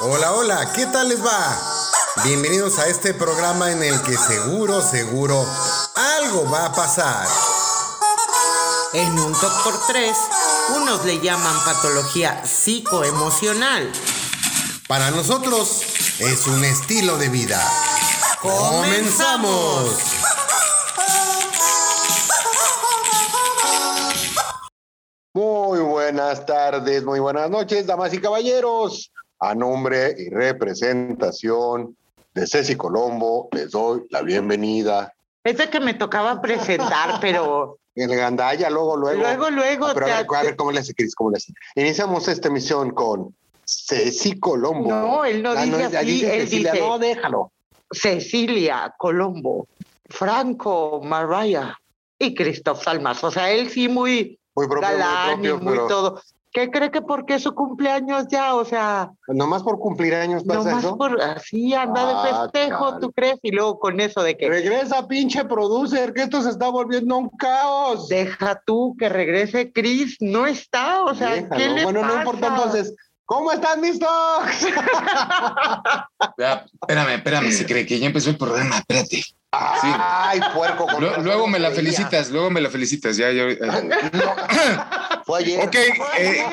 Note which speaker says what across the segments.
Speaker 1: Hola, ¿qué tal les va? Bienvenidos a este programa en el que seguro, seguro, algo va a pasar.
Speaker 2: En un doctor 3, unos le llaman patología psicoemocional.
Speaker 1: Para nosotros es un estilo de vida. ¡Comenzamos!
Speaker 3: Muy buenas tardes, muy buenas noches, damas y caballeros. A nombre y representación de Ceci Colombo, les doy la bienvenida.
Speaker 2: Pensé que me tocaba presentar, pero
Speaker 3: El gandalla, luego, luego.
Speaker 2: luego, luego.
Speaker 3: Ah, pero a,
Speaker 2: te-
Speaker 3: ver, a ver, ¿cómo le hace, Cris? ¿Cómo le hace? Iniciamos esta emisión con Ceci Colombo.
Speaker 2: No, él no
Speaker 3: Ah,
Speaker 2: dice
Speaker 3: ya
Speaker 2: así,
Speaker 3: dice
Speaker 2: él
Speaker 3: Cecilia,
Speaker 2: dice-
Speaker 3: No, déjalo.
Speaker 2: Cecilia Colombo, Franco Mariah y Christoph Salmas. O sea, él sí muy
Speaker 3: Muy propio,
Speaker 2: galán
Speaker 3: muy
Speaker 2: y muy
Speaker 3: propio,
Speaker 2: todo. ¿Qué cree que porque es su cumpleaños ya? O sea,
Speaker 3: pero nomás por cumplir años pasa
Speaker 2: nomás
Speaker 3: eso.
Speaker 2: por así anda de
Speaker 3: Ah,
Speaker 2: festejo,
Speaker 3: chale.
Speaker 2: ¿tú crees? Y luego con eso de que
Speaker 3: Regresa, pinche producer, que esto se está volviendo un caos.
Speaker 2: deja tú que regrese Chris, no está, o sea, ¿qué
Speaker 3: Déjalo.
Speaker 2: le
Speaker 3: bueno, no
Speaker 2: pasa?
Speaker 3: importa entonces. ¿Cómo están mis dogs?
Speaker 4: Ah, espérame, espérame, se cree que ya empezó el programa, espérate.
Speaker 3: Ay, puerco. con
Speaker 4: Lu-
Speaker 3: razón
Speaker 4: luego me la
Speaker 3: creía.
Speaker 4: felicitas, luego me la felicitas, ya, ya. ya.
Speaker 3: Fue ayer.
Speaker 4: Ok, eh,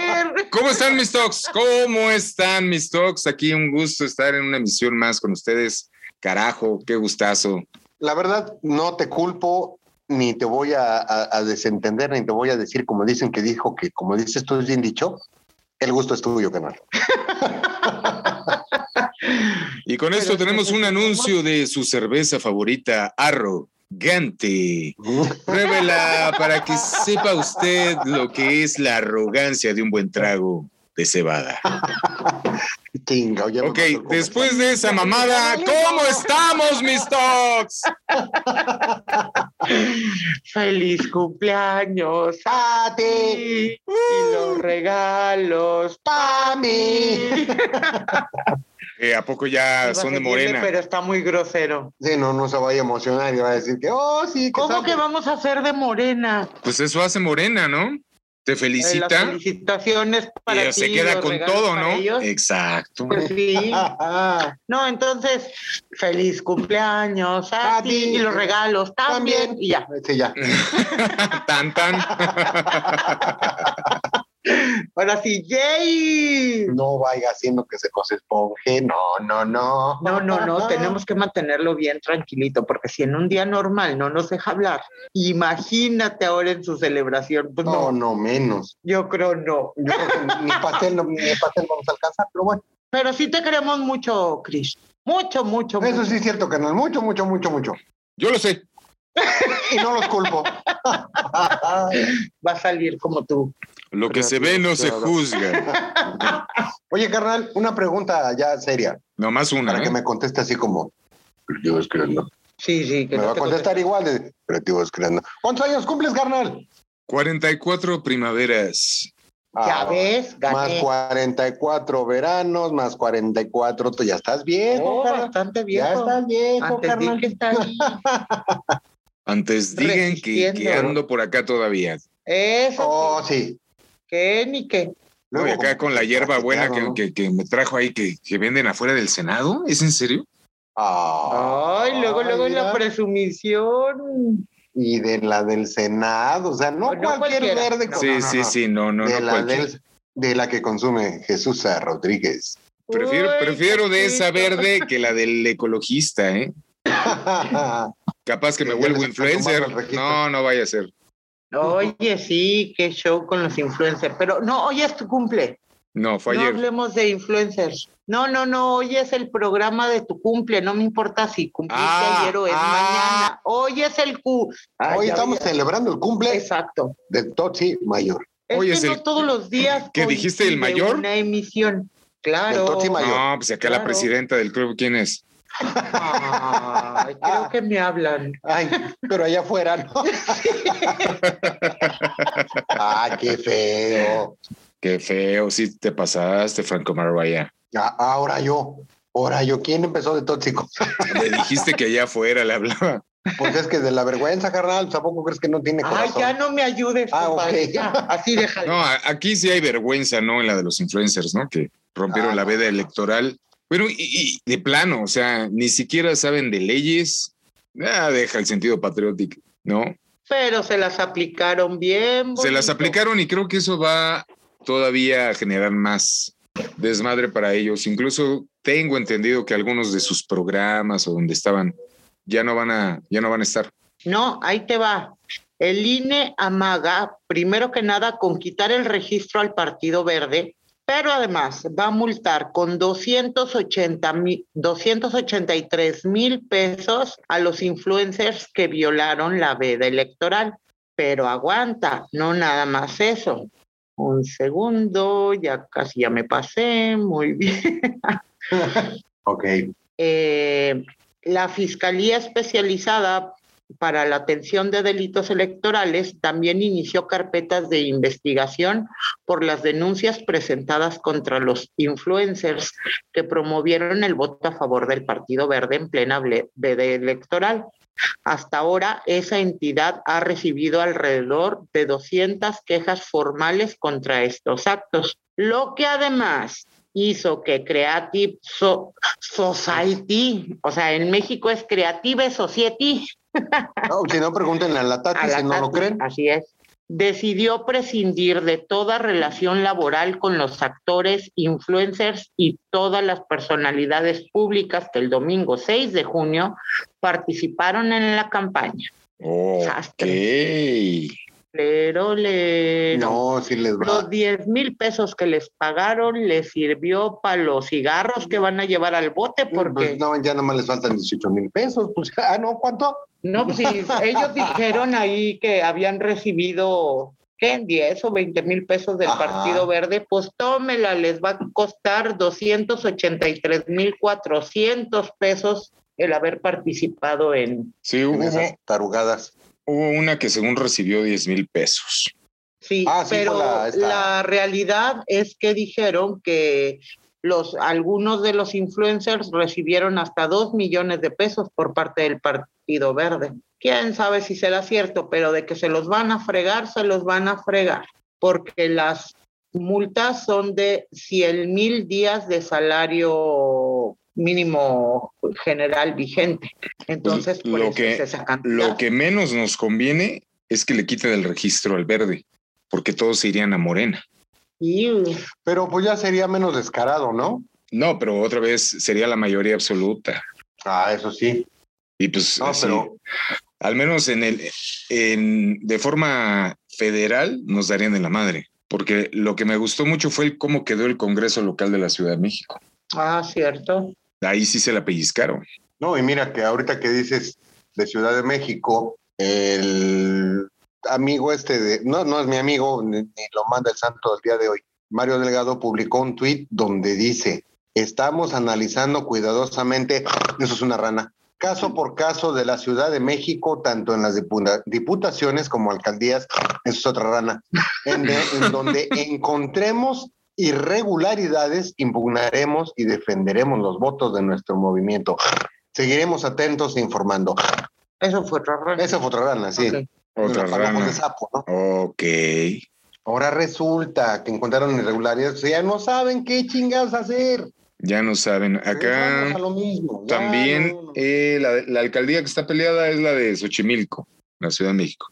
Speaker 4: ¿cómo están mis talks? ¿Cómo están mis talks? Aquí un gusto estar en una emisión más con ustedes. Carajo, qué gustazo.
Speaker 3: La verdad, no te culpo, ni te voy a, a- a desentender, ni te voy a decir, como dicen que dijo, que como dices tú bien dicho, el gusto es tuyo, canal.
Speaker 4: Y con esto tenemos un anuncio de su cerveza favorita, Arrogante. Pruébela para que sepa usted lo que es la arrogancia de un buen trago de cebada.
Speaker 3: Chinga, ya me
Speaker 4: Ok,
Speaker 3: pasó el
Speaker 4: después de esa mamada, ¿cómo estamos, mis tox?
Speaker 2: Feliz cumpleaños
Speaker 3: comercial. ¡Tate!
Speaker 2: ti y los regalos
Speaker 3: pa' mí!
Speaker 2: Sí,
Speaker 4: Eh, ¿A poco ya
Speaker 2: iba
Speaker 4: son de
Speaker 2: saliendo,
Speaker 4: morena?
Speaker 2: Pero está muy grosero.
Speaker 3: Sí, no, no se vaya a emocionar y va a decir que, oh, sí, que
Speaker 2: ¿Cómo
Speaker 3: sabe.
Speaker 2: que vamos a hacer de morena?
Speaker 4: Pues eso hace morena, ¿no?
Speaker 2: Eh,
Speaker 4: Te
Speaker 2: Las
Speaker 4: felicita
Speaker 2: felicitaciones
Speaker 4: y
Speaker 2: para ti.
Speaker 4: se queda
Speaker 2: los
Speaker 4: con
Speaker 2: regalos
Speaker 4: todo,
Speaker 2: para
Speaker 4: ¿no? Eh,
Speaker 2: ellos.
Speaker 4: Exacto.
Speaker 2: Pues sí.
Speaker 3: Ah, ah,
Speaker 2: No, entonces, feliz cumpleaños a,
Speaker 3: A
Speaker 2: ti,
Speaker 3: ti.
Speaker 2: y los regalos también.
Speaker 3: También.
Speaker 2: Y ya.
Speaker 3: sí, ya.
Speaker 4: tan, tan.
Speaker 2: Ahora sí, ¡yay!
Speaker 3: No vaya haciendo que se cose esponje. No, no, no.
Speaker 2: No, no, no, tenemos que mantenerlo bien tranquilito, porque si en un día normal no nos deja hablar, imagínate ahora en su celebración. Pues
Speaker 3: No,
Speaker 2: no,
Speaker 3: no, menos.
Speaker 2: yo creo no.
Speaker 3: Yo creo que ni pastel, no- ni pastel vamos a alcanzar, pero bueno.
Speaker 2: Pero sí te queremos mucho, Cris. Mucho, mucho,
Speaker 3: Eso
Speaker 2: mucho.
Speaker 3: sí es cierto, carnal. Mucho, mucho, mucho, mucho.
Speaker 4: Yo lo sé.
Speaker 3: Y no los culpo.
Speaker 2: Va a salir como tú.
Speaker 4: Lo que se ve no se juzga.
Speaker 3: Oye, carnal, una pregunta ya seria,
Speaker 4: Nomás una.
Speaker 3: para que
Speaker 4: ¿eh?
Speaker 3: me conteste así como. Creativos creando.
Speaker 2: Sí, sí. Que
Speaker 3: Me
Speaker 2: no
Speaker 3: va a
Speaker 2: te
Speaker 3: contestar igual de creativos creando. ¿Cuántos años cumples, carnal?
Speaker 4: 44 primaveras.
Speaker 2: contestes. Ya
Speaker 3: Ah,
Speaker 2: ves,
Speaker 3: Más
Speaker 2: gané.
Speaker 3: 44 veranos, más 44. Tú ya estás viejo,
Speaker 2: Oh,
Speaker 3: carnal.
Speaker 2: bastante
Speaker 3: Ya
Speaker 2: viejo.
Speaker 3: estás viejo,
Speaker 2: Antes di
Speaker 3: carnal.
Speaker 2: que está ahí.
Speaker 4: Antes digan que, que
Speaker 2: Resistiendo.
Speaker 4: ando por acá todavía.
Speaker 2: Eso,
Speaker 3: Oh, sí.
Speaker 2: que ni que.
Speaker 4: No, y acá
Speaker 3: como-
Speaker 4: con la hierba buena que,
Speaker 3: ¿no?
Speaker 4: que- que me trajo ahí que, que venden afuera del Senado. ¿Es en serio?
Speaker 3: Ah,
Speaker 2: Ay, luego, luego en la
Speaker 3: mira.
Speaker 2: presumición.
Speaker 3: Y de la del Senado, o sea, no,
Speaker 2: Pues No
Speaker 3: cualquier
Speaker 2: cualquiera.
Speaker 3: verde.
Speaker 2: No,
Speaker 4: sí,
Speaker 3: no, no,
Speaker 4: sí,
Speaker 3: no.
Speaker 4: sí, no, no,
Speaker 3: de,
Speaker 4: no
Speaker 3: la
Speaker 4: cualquier.
Speaker 3: del- de la que consume Jesús A. Rodríguez.
Speaker 4: Prefiero,
Speaker 2: Uy,
Speaker 4: prefiero de
Speaker 2: Cristo.
Speaker 4: esa verde que la del ecologista, ¿eh?
Speaker 2: Ah,
Speaker 4: Capaz que me
Speaker 3: Ya
Speaker 4: vuelvo
Speaker 3: les está
Speaker 4: influencer.
Speaker 3: tomando el registro.
Speaker 4: No, no vaya a ser.
Speaker 2: Oye, sí, qué show con los influencers. Pero no, hoy es tu cumple.
Speaker 4: No, fue
Speaker 2: No
Speaker 4: ayer.
Speaker 2: hablemos de influencers. No, no, no, hoy es el programa de tu cumple. No me importa si cumpliste
Speaker 4: Ah,
Speaker 2: ayer o es
Speaker 4: ah.
Speaker 2: mañana. Hoy es el Q. Ah,
Speaker 3: Hoy
Speaker 2: ya
Speaker 3: estamos
Speaker 2: veía.
Speaker 3: celebrando el cumple
Speaker 2: Exacto.
Speaker 3: de Totsi Mayor.
Speaker 4: Hoy
Speaker 2: es
Speaker 4: es
Speaker 2: que no
Speaker 4: el-
Speaker 2: todos los días.
Speaker 4: ¿Qué dijiste, el
Speaker 2: coincide
Speaker 4: mayor?
Speaker 2: Una emisión. Claro.
Speaker 3: El Toti Mayor.
Speaker 4: No, pues acá la
Speaker 2: Claro.
Speaker 4: presidenta del club, ¿quién es?
Speaker 2: Ay, creo que me hablan.
Speaker 3: Ay, pero allá afuera, ¿no? Ay, qué feo.
Speaker 4: Qué feo, sí te pasaste, Franco Marvaya.
Speaker 3: A- Ahora yo. Ahora yo, ¿quién empezó de tóxico?
Speaker 4: Le dijiste que allá afuera le hablaba.
Speaker 3: Pues es que de la vergüenza, carnal, tampoco crees que no tiene
Speaker 2: Ay,
Speaker 3: corazón.
Speaker 2: ya no me ayudes.
Speaker 3: Ah,
Speaker 2: compadre.
Speaker 3: ok.
Speaker 2: Ya, Así déjalo.
Speaker 4: No, a- aquí sí hay vergüenza, ¿no? En la de los influencers, ¿no? Que rompieron
Speaker 3: Ah,
Speaker 4: la
Speaker 3: no,
Speaker 4: veda
Speaker 3: no, no.
Speaker 4: electoral Pero, y, y de plano, o sea, ni siquiera saben de leyes. Ah, deja el sentido patriótico, ¿no?
Speaker 2: Pero se las aplicaron bien.
Speaker 4: Se las
Speaker 2: bonito.
Speaker 4: aplicaron y creo que eso va todavía a generar más desmadre para ellos. Incluso tengo entendido que algunos de sus programas o donde estaban ya no van a, ya no van a estar.
Speaker 2: No, ahí te va. El INE amaga, primero que nada, con quitar el registro al Partido Verde, pero además va a multar con 280 mil- 283 mil pesos a los influencers que violaron la veda electoral. Pero aguanta, no nada más eso. Un segundo, ya casi ya me pasé, muy bien.
Speaker 3: Ok.
Speaker 2: Eh, la Fiscalía Especializada para la Atención de Delitos Electorales también inició carpetas de investigación por las denuncias presentadas contra los influencers que promovieron el voto a favor del Partido Verde en plena ble- veda electoral. Hasta ahora, esa entidad ha recibido alrededor de 200 quejas formales contra estos actos, lo que además hizo que Creative So- Society, o sea, en México es Creative Society,
Speaker 3: No, si no, pregúntenle a la Tati
Speaker 2: a la
Speaker 3: si no lo
Speaker 2: Tati,
Speaker 3: creen.
Speaker 2: Así es. Decidió prescindir de toda relación laboral con los actores, influencers y todas las personalidades públicas que el domingo 6 de junio participaron en la campaña.
Speaker 4: Ok.
Speaker 2: Pero le
Speaker 3: No, si les va.
Speaker 2: Los 10 mil pesos que les pagaron les sirvió para los cigarros que van a llevar al bote, porque
Speaker 3: Pues no, ya nomás les faltan 18 mil pesos. Pues, ah, no, ¿cuánto?
Speaker 2: no, pues, si ellos dijeron ahí que habían recibido, ¿qué? 10 o 20 mil pesos del
Speaker 3: Ajá.
Speaker 2: Partido Verde, pues tómela, les va a costar 283 mil 400 pesos el haber participado en.
Speaker 4: Sí,
Speaker 3: En
Speaker 4: hubo,
Speaker 3: esas tarugadas.
Speaker 4: hubo una que según recibió 10 mil pesos.
Speaker 2: Sí,
Speaker 3: Ah, sí,
Speaker 2: pero
Speaker 3: fue la-
Speaker 2: la,
Speaker 3: esta.
Speaker 2: realidad es que dijeron que los algunos de los influencers recibieron hasta dos millones de pesos por parte del Partido Verde. Quién sabe si será cierto, pero de que se los van a fregar, se los van a fregar, porque las multas son de 100 mil días de salario mínimo general vigente. Entonces, por
Speaker 4: lo
Speaker 2: eso
Speaker 4: que-
Speaker 2: es esa cantidad.
Speaker 4: Lo que menos nos conviene es que le quiten el registro al verde, porque todos se irían a Morena.
Speaker 2: Y, uy,
Speaker 3: Pero pues ya sería menos descarado, ¿no?
Speaker 4: No, pero otra vez sería la mayoría absoluta.
Speaker 3: Ah, eso sí.
Speaker 4: Y pues
Speaker 3: No,
Speaker 4: así,
Speaker 3: pero
Speaker 4: al menos en el en, de forma federal nos darían en la madre, porque lo que me gustó mucho fue el cómo quedó el Congreso local de la Ciudad de México.
Speaker 2: ah, cierto.
Speaker 4: Ahí sí se la pellizcaron.
Speaker 3: No, y mira que ahorita que dices de Ciudad de México, el amigo este de, no, no es mi amigo, ni, ni lo manda el santo el día de hoy. Mario Delgado publicó un tuit donde dice, estamos analizando cuidadosamente, eso es una rana, caso por caso de la Ciudad de México, tanto en las diputa- diputaciones como alcaldías, eso es otra rana, en, de- en donde encontremos irregularidades, impugnaremos y defenderemos los votos de nuestro movimiento. Seguiremos atentos e informando.
Speaker 2: Eso fue otra rana.
Speaker 3: Esa fue otra rana, sí.
Speaker 2: Ok.
Speaker 4: Otra
Speaker 3: Una paloma de
Speaker 4: rana.
Speaker 3: sapo, ¿no?
Speaker 4: Ok.
Speaker 3: Ahora resulta que encontraron irregularidades, o sea, ya no saben qué chingados hacer.
Speaker 4: Ya no saben. Acá.
Speaker 3: Regresamos a lo mismo. Ya,
Speaker 4: También
Speaker 3: no, no.
Speaker 4: eh, la, la alcaldía que está peleada es la de Xochimilco, la Ciudad de México.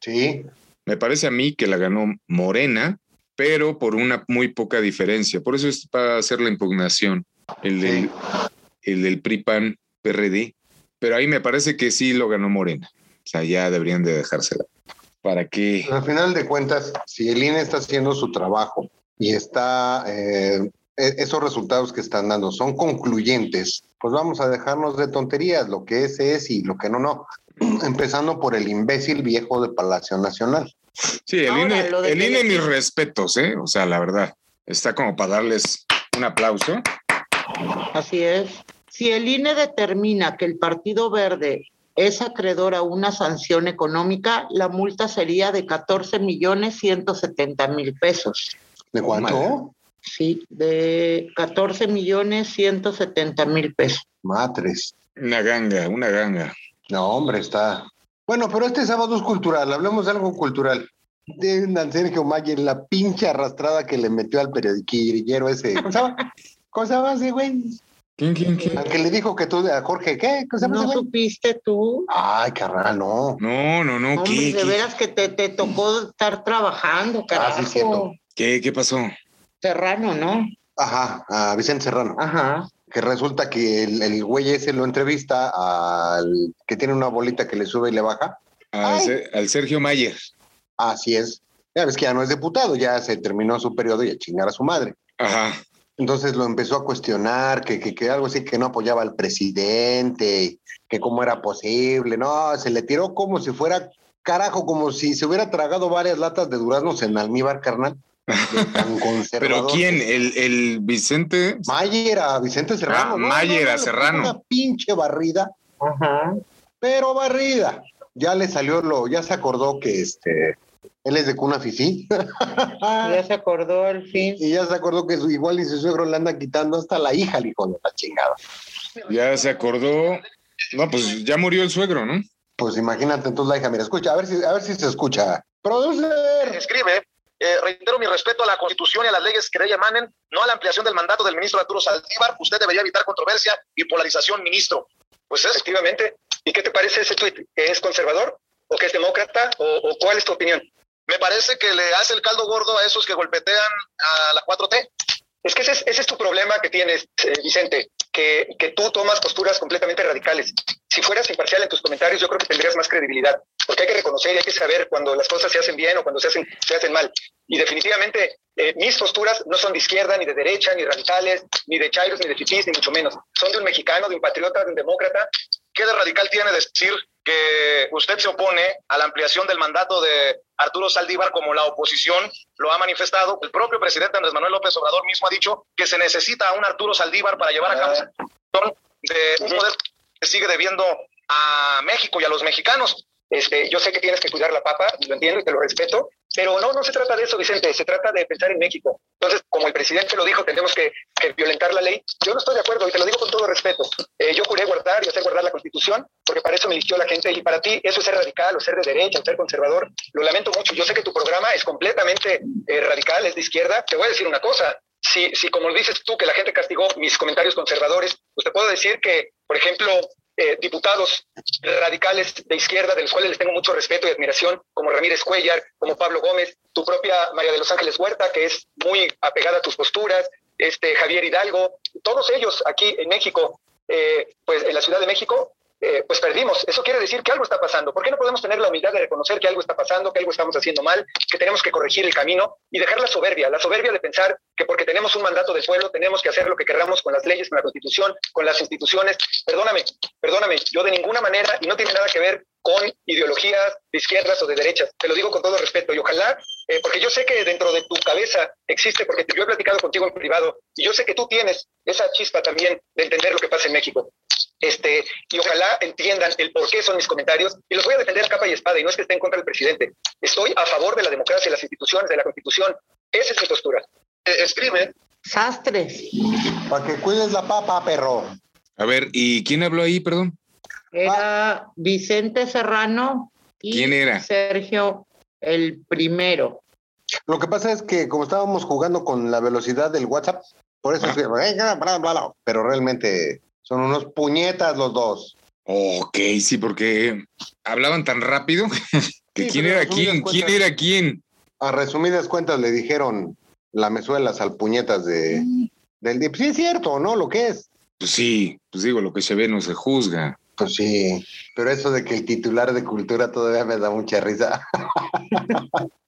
Speaker 3: Sí,
Speaker 4: Me parece a mí que la ganó Morena, pero por una muy poca diferencia. Por eso es para hacer la impugnación, el del,
Speaker 3: Sí.
Speaker 4: el del PRI-PAN PRD. Pero ahí me parece que sí lo ganó Morena. O sea, ya deberían de dejársela. ¿Para qué?
Speaker 3: al final de cuentas, si el INE está haciendo su trabajo y está, eh, e- esos resultados que están dando son concluyentes, pues vamos a dejarnos de tonterías, lo que es es y lo que no, no. Empezando por el imbécil viejo de Palacio Nacional.
Speaker 4: Sí, el
Speaker 2: Ahora,
Speaker 4: INE,
Speaker 2: lo de
Speaker 4: el
Speaker 2: que
Speaker 4: INE,
Speaker 2: le-
Speaker 4: mis respetos, ¿eh? O sea, la verdad, está como para darles un aplauso.
Speaker 2: Así es. Si el INE determina que el Partido Verde es acreedor a una sanción económica, la multa sería de 14 millones 170 mil pesos.
Speaker 3: ¿De
Speaker 4: Oh,
Speaker 3: cuánto?
Speaker 4: madre.
Speaker 2: Sí, de 14 millones 170 mil pesos.
Speaker 3: Matres.
Speaker 4: Una ganga, una ganga.
Speaker 3: No, hombre, está. Bueno, pero este sábado es cultural, hablemos de algo cultural. De un Sergio Mayer, la pinche arrastrada que le metió al periodiquillero ese. ¿Cómo se llama? ¿Cómo se llama ese güey?
Speaker 4: ¿Quién, quién, quién?
Speaker 3: Al que le dijo que tú, a Jorge, ¿qué? ¿Qué se llama
Speaker 2: ¿No
Speaker 3: ese güey?
Speaker 2: supiste tú?
Speaker 3: Ay, carnal, no.
Speaker 4: No, no, no,
Speaker 2: Hombre,
Speaker 4: ¿qué,
Speaker 2: de
Speaker 4: qué,
Speaker 2: veras que te, te tocó estar trabajando,
Speaker 3: Ah, sí,
Speaker 2: carajo.
Speaker 3: cierto.
Speaker 4: qué, qué pasó?
Speaker 2: Serrano, ¿no?
Speaker 3: Ajá, a Vicente Serrano.
Speaker 2: Ajá.
Speaker 3: Que resulta que el, el güey ese lo entrevista al que tiene una bolita que le sube y le baja.
Speaker 4: Al,
Speaker 3: Ay.
Speaker 4: Ser- al Sergio Mayer.
Speaker 3: Así es. Ya ves que ya no es diputado, ya se terminó su periodo y a chingar a su madre.
Speaker 4: Ajá.
Speaker 3: Entonces lo empezó a cuestionar, que, que, que algo así, que no apoyaba al presidente, que cómo era posible. No, se le tiró como si fuera, carajo, como si se hubiera tragado varias latas de duraznos en almíbar, carnal. de tan
Speaker 4: ¿Pero
Speaker 3: conservador
Speaker 4: quién?
Speaker 3: que-
Speaker 4: ¿El, el Vicente?
Speaker 3: Mayer a Vicente Serrano.
Speaker 4: Ah, Mayer
Speaker 3: le
Speaker 4: a
Speaker 3: puso
Speaker 4: Serrano.
Speaker 3: Una pinche barrida,
Speaker 2: Ajá.
Speaker 3: pero barrida. Ya le salió lo, ya se acordó que este, él es de cuna fifí. Ah.
Speaker 2: Ya se acordó al fin.
Speaker 3: Y ya se acordó que su, igual y su suegro le anda quitando hasta la hija, el hijo de la chingada.
Speaker 4: Ya se acordó. No, pues ya murió el suegro, ¿no?
Speaker 3: Pues imagínate entonces la hija, mira, escucha, a ver si, a ver si se escucha. Producer.
Speaker 5: escribe, eh, reitero mi respeto a la Constitución y a las leyes que de ella emanen, no a la ampliación del mandato del ministro Arturo Saldívar. Usted debería evitar controversia y polarización, ministro. Pues efectivamente. ¿Y qué te parece ese tuit? ¿Es conservador o que es demócrata o cuál es tu opinión? Me parece que le hace el caldo gordo a esos que golpetean a la 4T. Es que ese es, ese es tu problema que tienes, eh, Vicente, que, que tú tomas posturas completamente radicales. Si fueras imparcial en tus comentarios, yo creo que tendrías más credibilidad, porque hay que reconocer y hay que saber cuando las cosas se hacen bien o cuando se hacen, se hacen mal. Y definitivamente eh, mis posturas no son de izquierda, ni de derecha, ni radicales, ni de chairos, ni de fifís, ni mucho menos. Son de un mexicano, de un patriota, de un demócrata. ¿Qué de radical tiene decir que usted se opone a la ampliación del mandato de Arturo Saldívar como la oposición lo ha manifestado. El propio presidente Andrés Manuel López Obrador mismo ha dicho que se necesita a un Arturo Saldívar para llevar a cabo esa acción de un poder que sigue debiendo a México y a los mexicanos. Este, yo sé que tienes que cuidar la papa, lo entiendo y te lo respeto, pero no, no se trata de eso, Vicente, se trata de pensar en México. Entonces, como el presidente lo dijo, tenemos que, que violentar la ley. Yo no estoy de acuerdo y te lo digo con todo respeto. Eh, yo juré guardar y hacer guardar la Constitución porque para eso me eligió la gente y para ti eso es ser radical o ser de derecha o ser conservador. Lo lamento mucho. Yo sé que tu programa es completamente eh, radical, es de izquierda. Te voy a decir una cosa. Si, si como dices tú que la gente castigó mis comentarios conservadores, pues te puedo decir que, por ejemplo, eh, diputados radicales de izquierda, de los cuales les tengo mucho respeto y admiración, como Ramírez Cuellar, como Pablo Gómez, tu propia María de los Ángeles Huerta, que es muy apegada a tus posturas, este, Javier Hidalgo, todos ellos aquí en México, eh, pues en la Ciudad de México, eh, pues perdimos. Eso quiere decir que algo está pasando. ¿Por qué no podemos tener la humildad de reconocer que algo está pasando, que algo estamos haciendo mal, que tenemos que corregir el camino y dejar la soberbia, la soberbia de pensar que porque tenemos un mandato del pueblo tenemos que hacer lo que querramos con las leyes, con la constitución, con las instituciones? Perdóname, perdóname, yo de ninguna manera, y no tiene nada que ver con ideologías de izquierdas o de derechas, te lo digo con todo respeto y ojalá eh, porque yo sé que dentro de tu cabeza existe, porque yo he platicado contigo en privado, y yo sé que tú tienes esa chispa también de entender lo que pasa en México. Este, y ojalá entiendan el por qué son mis comentarios, y los voy a defender a capa y espada, y no es que esté en contra del presidente. Estoy a favor de la democracia, de las instituciones, de la constitución. Esa es mi postura. Escribe.
Speaker 2: Sastres.
Speaker 3: Para que cuides la papa, perro.
Speaker 4: A ver, ¿y quién habló ahí, perdón?
Speaker 2: Era Vicente Serrano y
Speaker 4: ¿Quién era?
Speaker 2: Sergio el primero.
Speaker 3: Lo que pasa es que como estábamos jugando con la velocidad del WhatsApp, por eso es que, bla, bla, bla, pero realmente son unos puñetas los dos.
Speaker 4: Ok, sí, porque hablaban tan rápido que
Speaker 3: Sí,
Speaker 4: quién
Speaker 3: pero
Speaker 4: era
Speaker 3: resumidas
Speaker 4: quién, quién
Speaker 3: cuentas-
Speaker 4: era quién.
Speaker 3: A resumidas cuentas le dijeron lamezuelas al puñetas de, del... dip. Sí es cierto, ¿no? Lo que es.
Speaker 4: Pues sí, pues digo, lo que se ve no se juzga.
Speaker 3: Pues sí, pero eso de que el titular de cultura todavía me da mucha risa.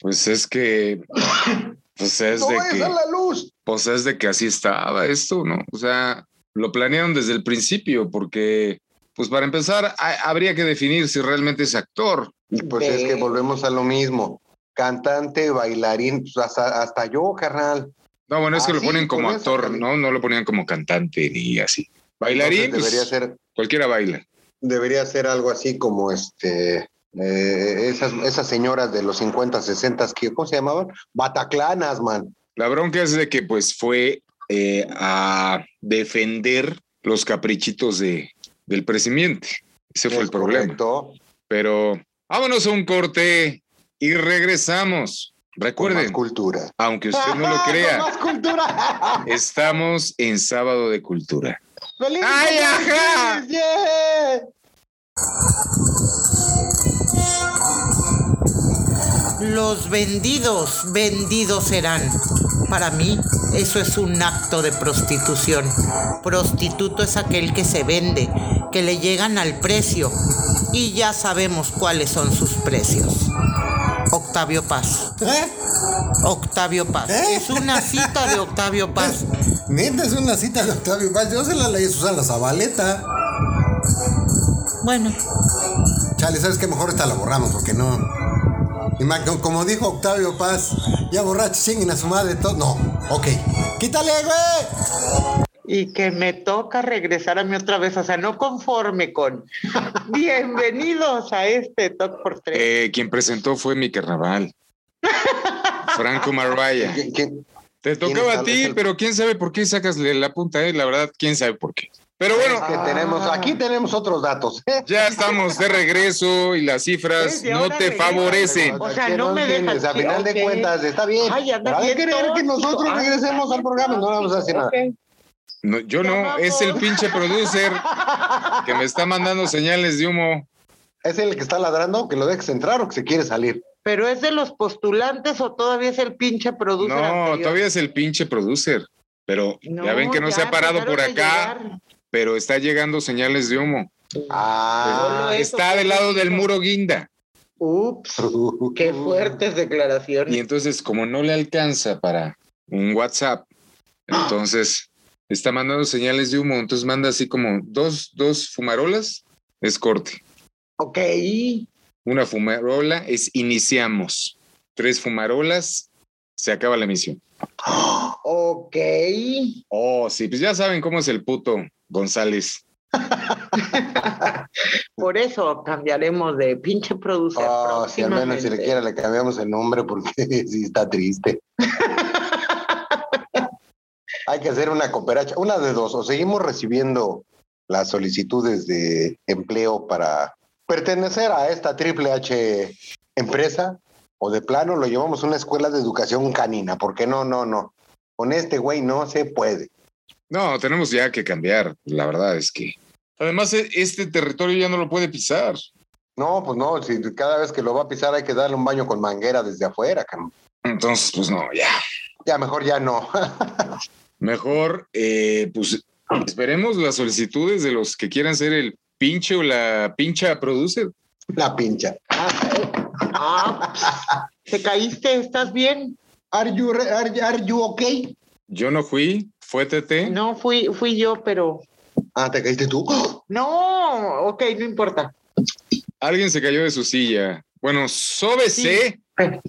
Speaker 4: Pues es que, pues es
Speaker 3: ¡No
Speaker 4: de
Speaker 3: vayas
Speaker 4: que,
Speaker 3: a la luz!
Speaker 4: pues es de que así estaba esto, ¿no? O sea, lo planearon desde el principio porque, pues para empezar, ha- habría que definir si realmente es actor.
Speaker 3: Y Pues es que
Speaker 2: Ve.
Speaker 3: volvemos a lo mismo. Cantante, bailarín, pues hasta, hasta yo, carnal.
Speaker 4: No, bueno, es que
Speaker 3: Ah,
Speaker 4: lo
Speaker 3: sí,
Speaker 4: ponen como
Speaker 3: con eso
Speaker 4: actor,
Speaker 3: también.
Speaker 4: ¿no? No lo ponían como cantante ni así. Bailarín,
Speaker 3: Entonces debería
Speaker 4: pues,
Speaker 3: ser,
Speaker 4: cualquiera baila.
Speaker 3: debería ser algo así como este eh, esas, esas señoras de los 50, 60 que, ¿cómo se llamaban? Bataclanas, man.
Speaker 4: La bronca es de que pues fue eh, a defender los caprichitos de, del presidente. Ese fue el
Speaker 3: Es
Speaker 4: problema.
Speaker 3: Este, correcto.
Speaker 4: Pero vámonos a un corte y regresamos.
Speaker 3: Con más
Speaker 4: Recuerden,
Speaker 3: cultura.
Speaker 4: aunque usted no lo
Speaker 3: Con
Speaker 4: crea,
Speaker 3: más cultura.
Speaker 4: estamos en Sábado de Cultura.
Speaker 3: ¡Feliz
Speaker 4: ¡Ay, ajá!
Speaker 3: cumpleaños! ¡Yeah!
Speaker 2: Los vendidos, vendidos serán. Para mí, eso es un acto de prostitución. Prostituto es aquel que se vende, que le llegan al precio. Y ya sabemos cuáles son sus precios. Octavio Paz.
Speaker 1: ¿Eh?
Speaker 2: Octavio Paz.
Speaker 1: ¿Eh?
Speaker 2: Es una cita de Octavio Paz.
Speaker 1: Neta, es una cita de Octavio Paz. Yo se la leí a Susana Zabaleta.
Speaker 2: Bueno,
Speaker 1: Chale, ¿sabes qué? Mejor esta la borramos porque no. Y ma- co- Como dijo Octavio Paz, ya borracho chinguen a su madre todo. No, ok. ¡Quítale, güey!
Speaker 2: y que me toca regresar a mí otra vez, o sea, no conforme con. Bienvenidos a este Top por tres.
Speaker 4: Eh, quien presentó fue mi carnaval. Franco Marraya.
Speaker 3: ¿Quién- quién?
Speaker 4: Te tocaba a
Speaker 3: tal vez
Speaker 4: ti,
Speaker 3: el-
Speaker 4: pero quién sabe por qué sacas la punta a él, la verdad, quién sabe por qué. Pero bueno,
Speaker 3: Que tenemos, aquí tenemos otros datos. ¿eh?
Speaker 4: ya estamos de regreso y las cifras
Speaker 2: Desde
Speaker 4: no
Speaker 2: ahora
Speaker 4: te
Speaker 2: regresa.
Speaker 4: favorecen.
Speaker 2: O sea,
Speaker 3: ¿Qué
Speaker 2: no me
Speaker 3: entiendes?
Speaker 2: dejas-
Speaker 3: A final
Speaker 2: ok.
Speaker 3: de cuentas, está bien.
Speaker 2: Ay, anda
Speaker 3: Pero hay que
Speaker 2: bien
Speaker 3: creer que
Speaker 2: tóxico.
Speaker 3: nosotros
Speaker 2: Ay,
Speaker 3: regresemos al programa, no vamos a hacer nada.
Speaker 2: Ok.
Speaker 4: No, yo
Speaker 2: Ya
Speaker 4: no,
Speaker 2: vamos.
Speaker 4: es el pinche producer que me está mandando señales de humo.
Speaker 3: Es el que está ladrando, que lo dejes entrar o que se quiere salir.
Speaker 2: ¿Pero es de los postulantes o todavía es el pinche productor?
Speaker 4: No, todavía es el pinche producer. Pero ya ven que no se ha parado por acá, pero está llegando señales de humo.
Speaker 2: Solo
Speaker 3: Ah,
Speaker 2: eso,
Speaker 4: Está del lado del
Speaker 2: pobrecito.
Speaker 4: muro guinda.
Speaker 2: Ups, qué
Speaker 3: ah,
Speaker 2: fuertes declaraciones.
Speaker 4: Y entonces, como no le alcanza para un WhatsApp, entonces está mandando señales de humo. Entonces manda así como dos, dos fumarolas, es corte.
Speaker 2: Ok.
Speaker 4: Una fumarola es iniciamos. Tres fumarolas, se acaba la emisión.
Speaker 2: Ok.
Speaker 4: Oh, sí, pues ya saben cómo es el puto González.
Speaker 2: Por eso cambiaremos de pinche producer.
Speaker 4: Ah,
Speaker 3: Oh, si al menos si le
Speaker 2: próximamente.
Speaker 3: quiera le cambiamos el nombre porque sí está triste. Hay que hacer una cooperacha, una de dos, o seguimos recibiendo las solicitudes de empleo para pertenecer a esta triple H empresa, o de plano lo llevamos a una escuela de educación canina, porque no, no, no. Con este güey no se puede.
Speaker 4: No, tenemos ya que cambiar, la verdad es que. Además, e- este territorio ya no lo puede pisar.
Speaker 3: No, pues no, si cada vez que lo va a pisar hay que darle un baño con manguera desde afuera, cabrón.
Speaker 4: Entonces, pues no, ya.
Speaker 3: Ya mejor ya no.
Speaker 4: Mejor, eh, pues esperemos las solicitudes de los que quieran ser el pinche o la pincha producer.
Speaker 3: la pincha.
Speaker 2: Ah, pss, ¿Te caíste? ¿Estás bien?
Speaker 3: Are you, re- are, you- are you okay?
Speaker 4: Yo no fui, fue TT.
Speaker 2: No, fui, fui yo, pero.
Speaker 3: Ah, te caíste tú.
Speaker 2: No, ok, no importa.
Speaker 4: Alguien se cayó de su silla. Bueno, sóbese.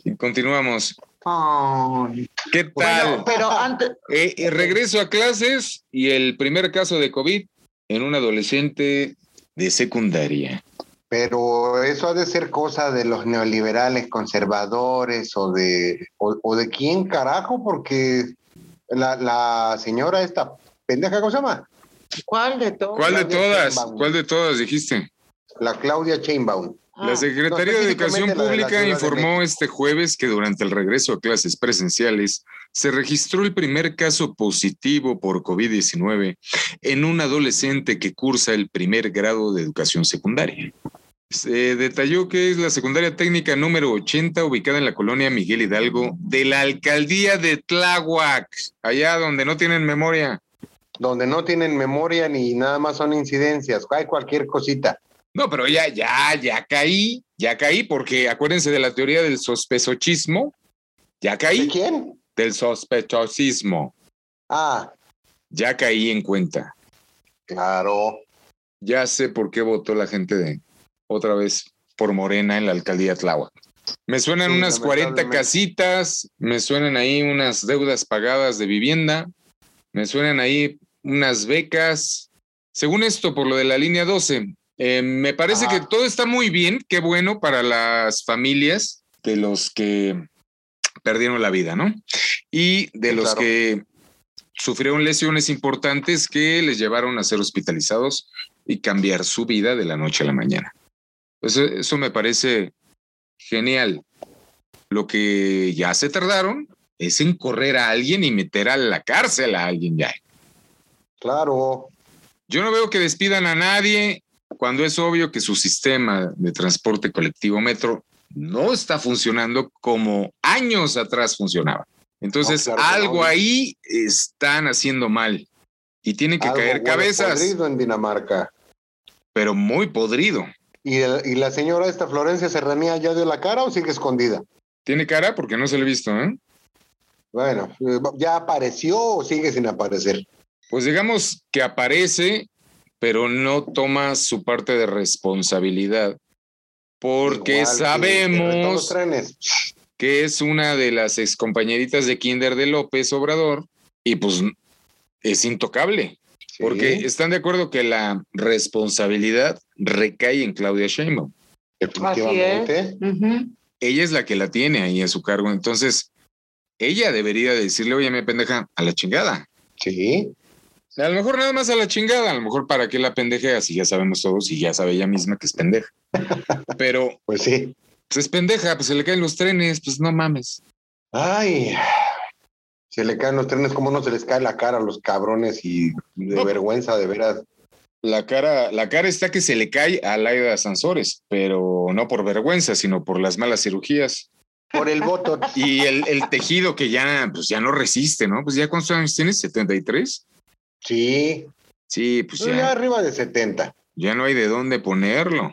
Speaker 4: Y continuamos.
Speaker 2: Ay.
Speaker 4: ¿Qué tal?
Speaker 2: Pero este antes,
Speaker 4: Eh, eh, regreso a clases y el primer caso de COVID en un adolescente de secundaria.
Speaker 3: Pero eso ha de ser cosa de los neoliberales conservadores o de, o, o de quién carajo, porque la, la señora esta pendeja, ¿cómo se llama?
Speaker 2: ¿cuál de todos?
Speaker 4: ¿Cuál de
Speaker 3: Claudia
Speaker 4: todas?
Speaker 3: Sheinbaum.
Speaker 4: ¿Cuál de todas dijiste?
Speaker 3: La Claudia Chainbaum.
Speaker 2: Ah.
Speaker 4: La Secretaría
Speaker 3: No,
Speaker 4: de
Speaker 3: específicamente la de
Speaker 4: Educación
Speaker 3: la Ciudad
Speaker 4: Pública
Speaker 3: de
Speaker 4: informó
Speaker 3: México.
Speaker 4: este jueves que durante el regreso a clases presenciales se registró el primer caso positivo por COVID-19 en un adolescente que cursa el primer grado de educación secundaria. Se detalló que es la secundaria técnica número 80 ubicada en la colonia Miguel Hidalgo de la alcaldía de Tláhuac, allá donde no tienen memoria.
Speaker 3: Donde no tienen memoria ni nada más son incidencias. Hay cualquier cosita.
Speaker 4: No, pero ya, ya, ya caí, ya caí, porque acuérdense de la teoría del sospechosismo. Ya
Speaker 3: ¿De
Speaker 4: caí
Speaker 3: quién?
Speaker 4: del sospechosismo.
Speaker 3: Ah,
Speaker 4: Ya caí en cuenta.
Speaker 3: claro.
Speaker 4: Ya sé por qué votó la gente de otra vez por Morena en la alcaldía de Tláhuac. Me suenan
Speaker 3: Sí,
Speaker 4: unas 40
Speaker 3: lamentablemente.
Speaker 4: casitas, me suenan ahí unas deudas pagadas de vivienda, me suenan ahí unas becas. Según esto, por lo de la línea 12, eh, me parece
Speaker 3: Ajá.
Speaker 4: que todo está muy bien, qué bueno para las familias de los que perdieron la vida, ¿no? Y de
Speaker 3: Sí,
Speaker 4: los
Speaker 3: claro.
Speaker 4: que sufrieron lesiones importantes que les llevaron a ser hospitalizados y cambiar su vida de la noche a la mañana. Eso, eso me parece genial. Lo que ya se tardaron es en correr a alguien y meter a la cárcel a alguien ya.
Speaker 3: Claro.
Speaker 4: Yo no veo que despidan a nadie cuando es obvio que su sistema de transporte colectivo metro no está funcionando como años atrás funcionaba. Entonces,
Speaker 3: No, claro que
Speaker 4: algo
Speaker 3: no.
Speaker 4: ahí están haciendo mal y tienen que
Speaker 3: Algo
Speaker 4: caer
Speaker 3: huele
Speaker 4: cabezas,
Speaker 3: podrido en Dinamarca.
Speaker 4: pero muy podrido.
Speaker 3: ¿Y, el- y la señora esta Florencia Serranía ya dio la cara o sigue escondida?
Speaker 4: Tiene cara porque no se le he visto, ¿eh?
Speaker 3: Bueno, eh, ¿ya apareció o sigue sin aparecer?
Speaker 4: Pues digamos que aparece, pero no toma su parte de responsabilidad, porque
Speaker 3: Igual que- que todos los
Speaker 4: sabemos
Speaker 3: trenes.
Speaker 4: que es una de las excompañeritas de Kinder de López Obrador, y pues es intocable,
Speaker 3: Sí.
Speaker 4: porque están de acuerdo que la responsabilidad recae en Claudia Sheinbaum.
Speaker 3: Definitivamente.
Speaker 2: Ujú.
Speaker 4: Ella es la que la tiene ahí a su cargo, entonces ella debería decirle, oye, me pendeja, a la chingada.
Speaker 3: Sí.
Speaker 4: A lo mejor nada más a la chingada, a lo mejor para qué la pendeje, así ya sabemos todos y ya sabe ella misma que es pendeja. Pero
Speaker 3: Pues sí.
Speaker 4: pues es pendeja, pues se le caen los trenes, pues no mames.
Speaker 3: Ay. Se le caen los trenes, ¿cómo no se les cae la cara a los cabrones? Y de
Speaker 4: No.
Speaker 3: vergüenza, de veras.
Speaker 4: La cara, la cara está que se le cae a Laida Sansores, pero no por vergüenza, sino por las malas cirugías
Speaker 3: Por el voto.
Speaker 4: y el, el tejido que ya, pues ya no resiste, ¿no? Pues ya cuántos años tienes, 73.
Speaker 3: Sí.
Speaker 4: Sí, pues
Speaker 3: Ya
Speaker 4: ya,
Speaker 3: arriba de 70.
Speaker 4: ya no hay de dónde ponerlo.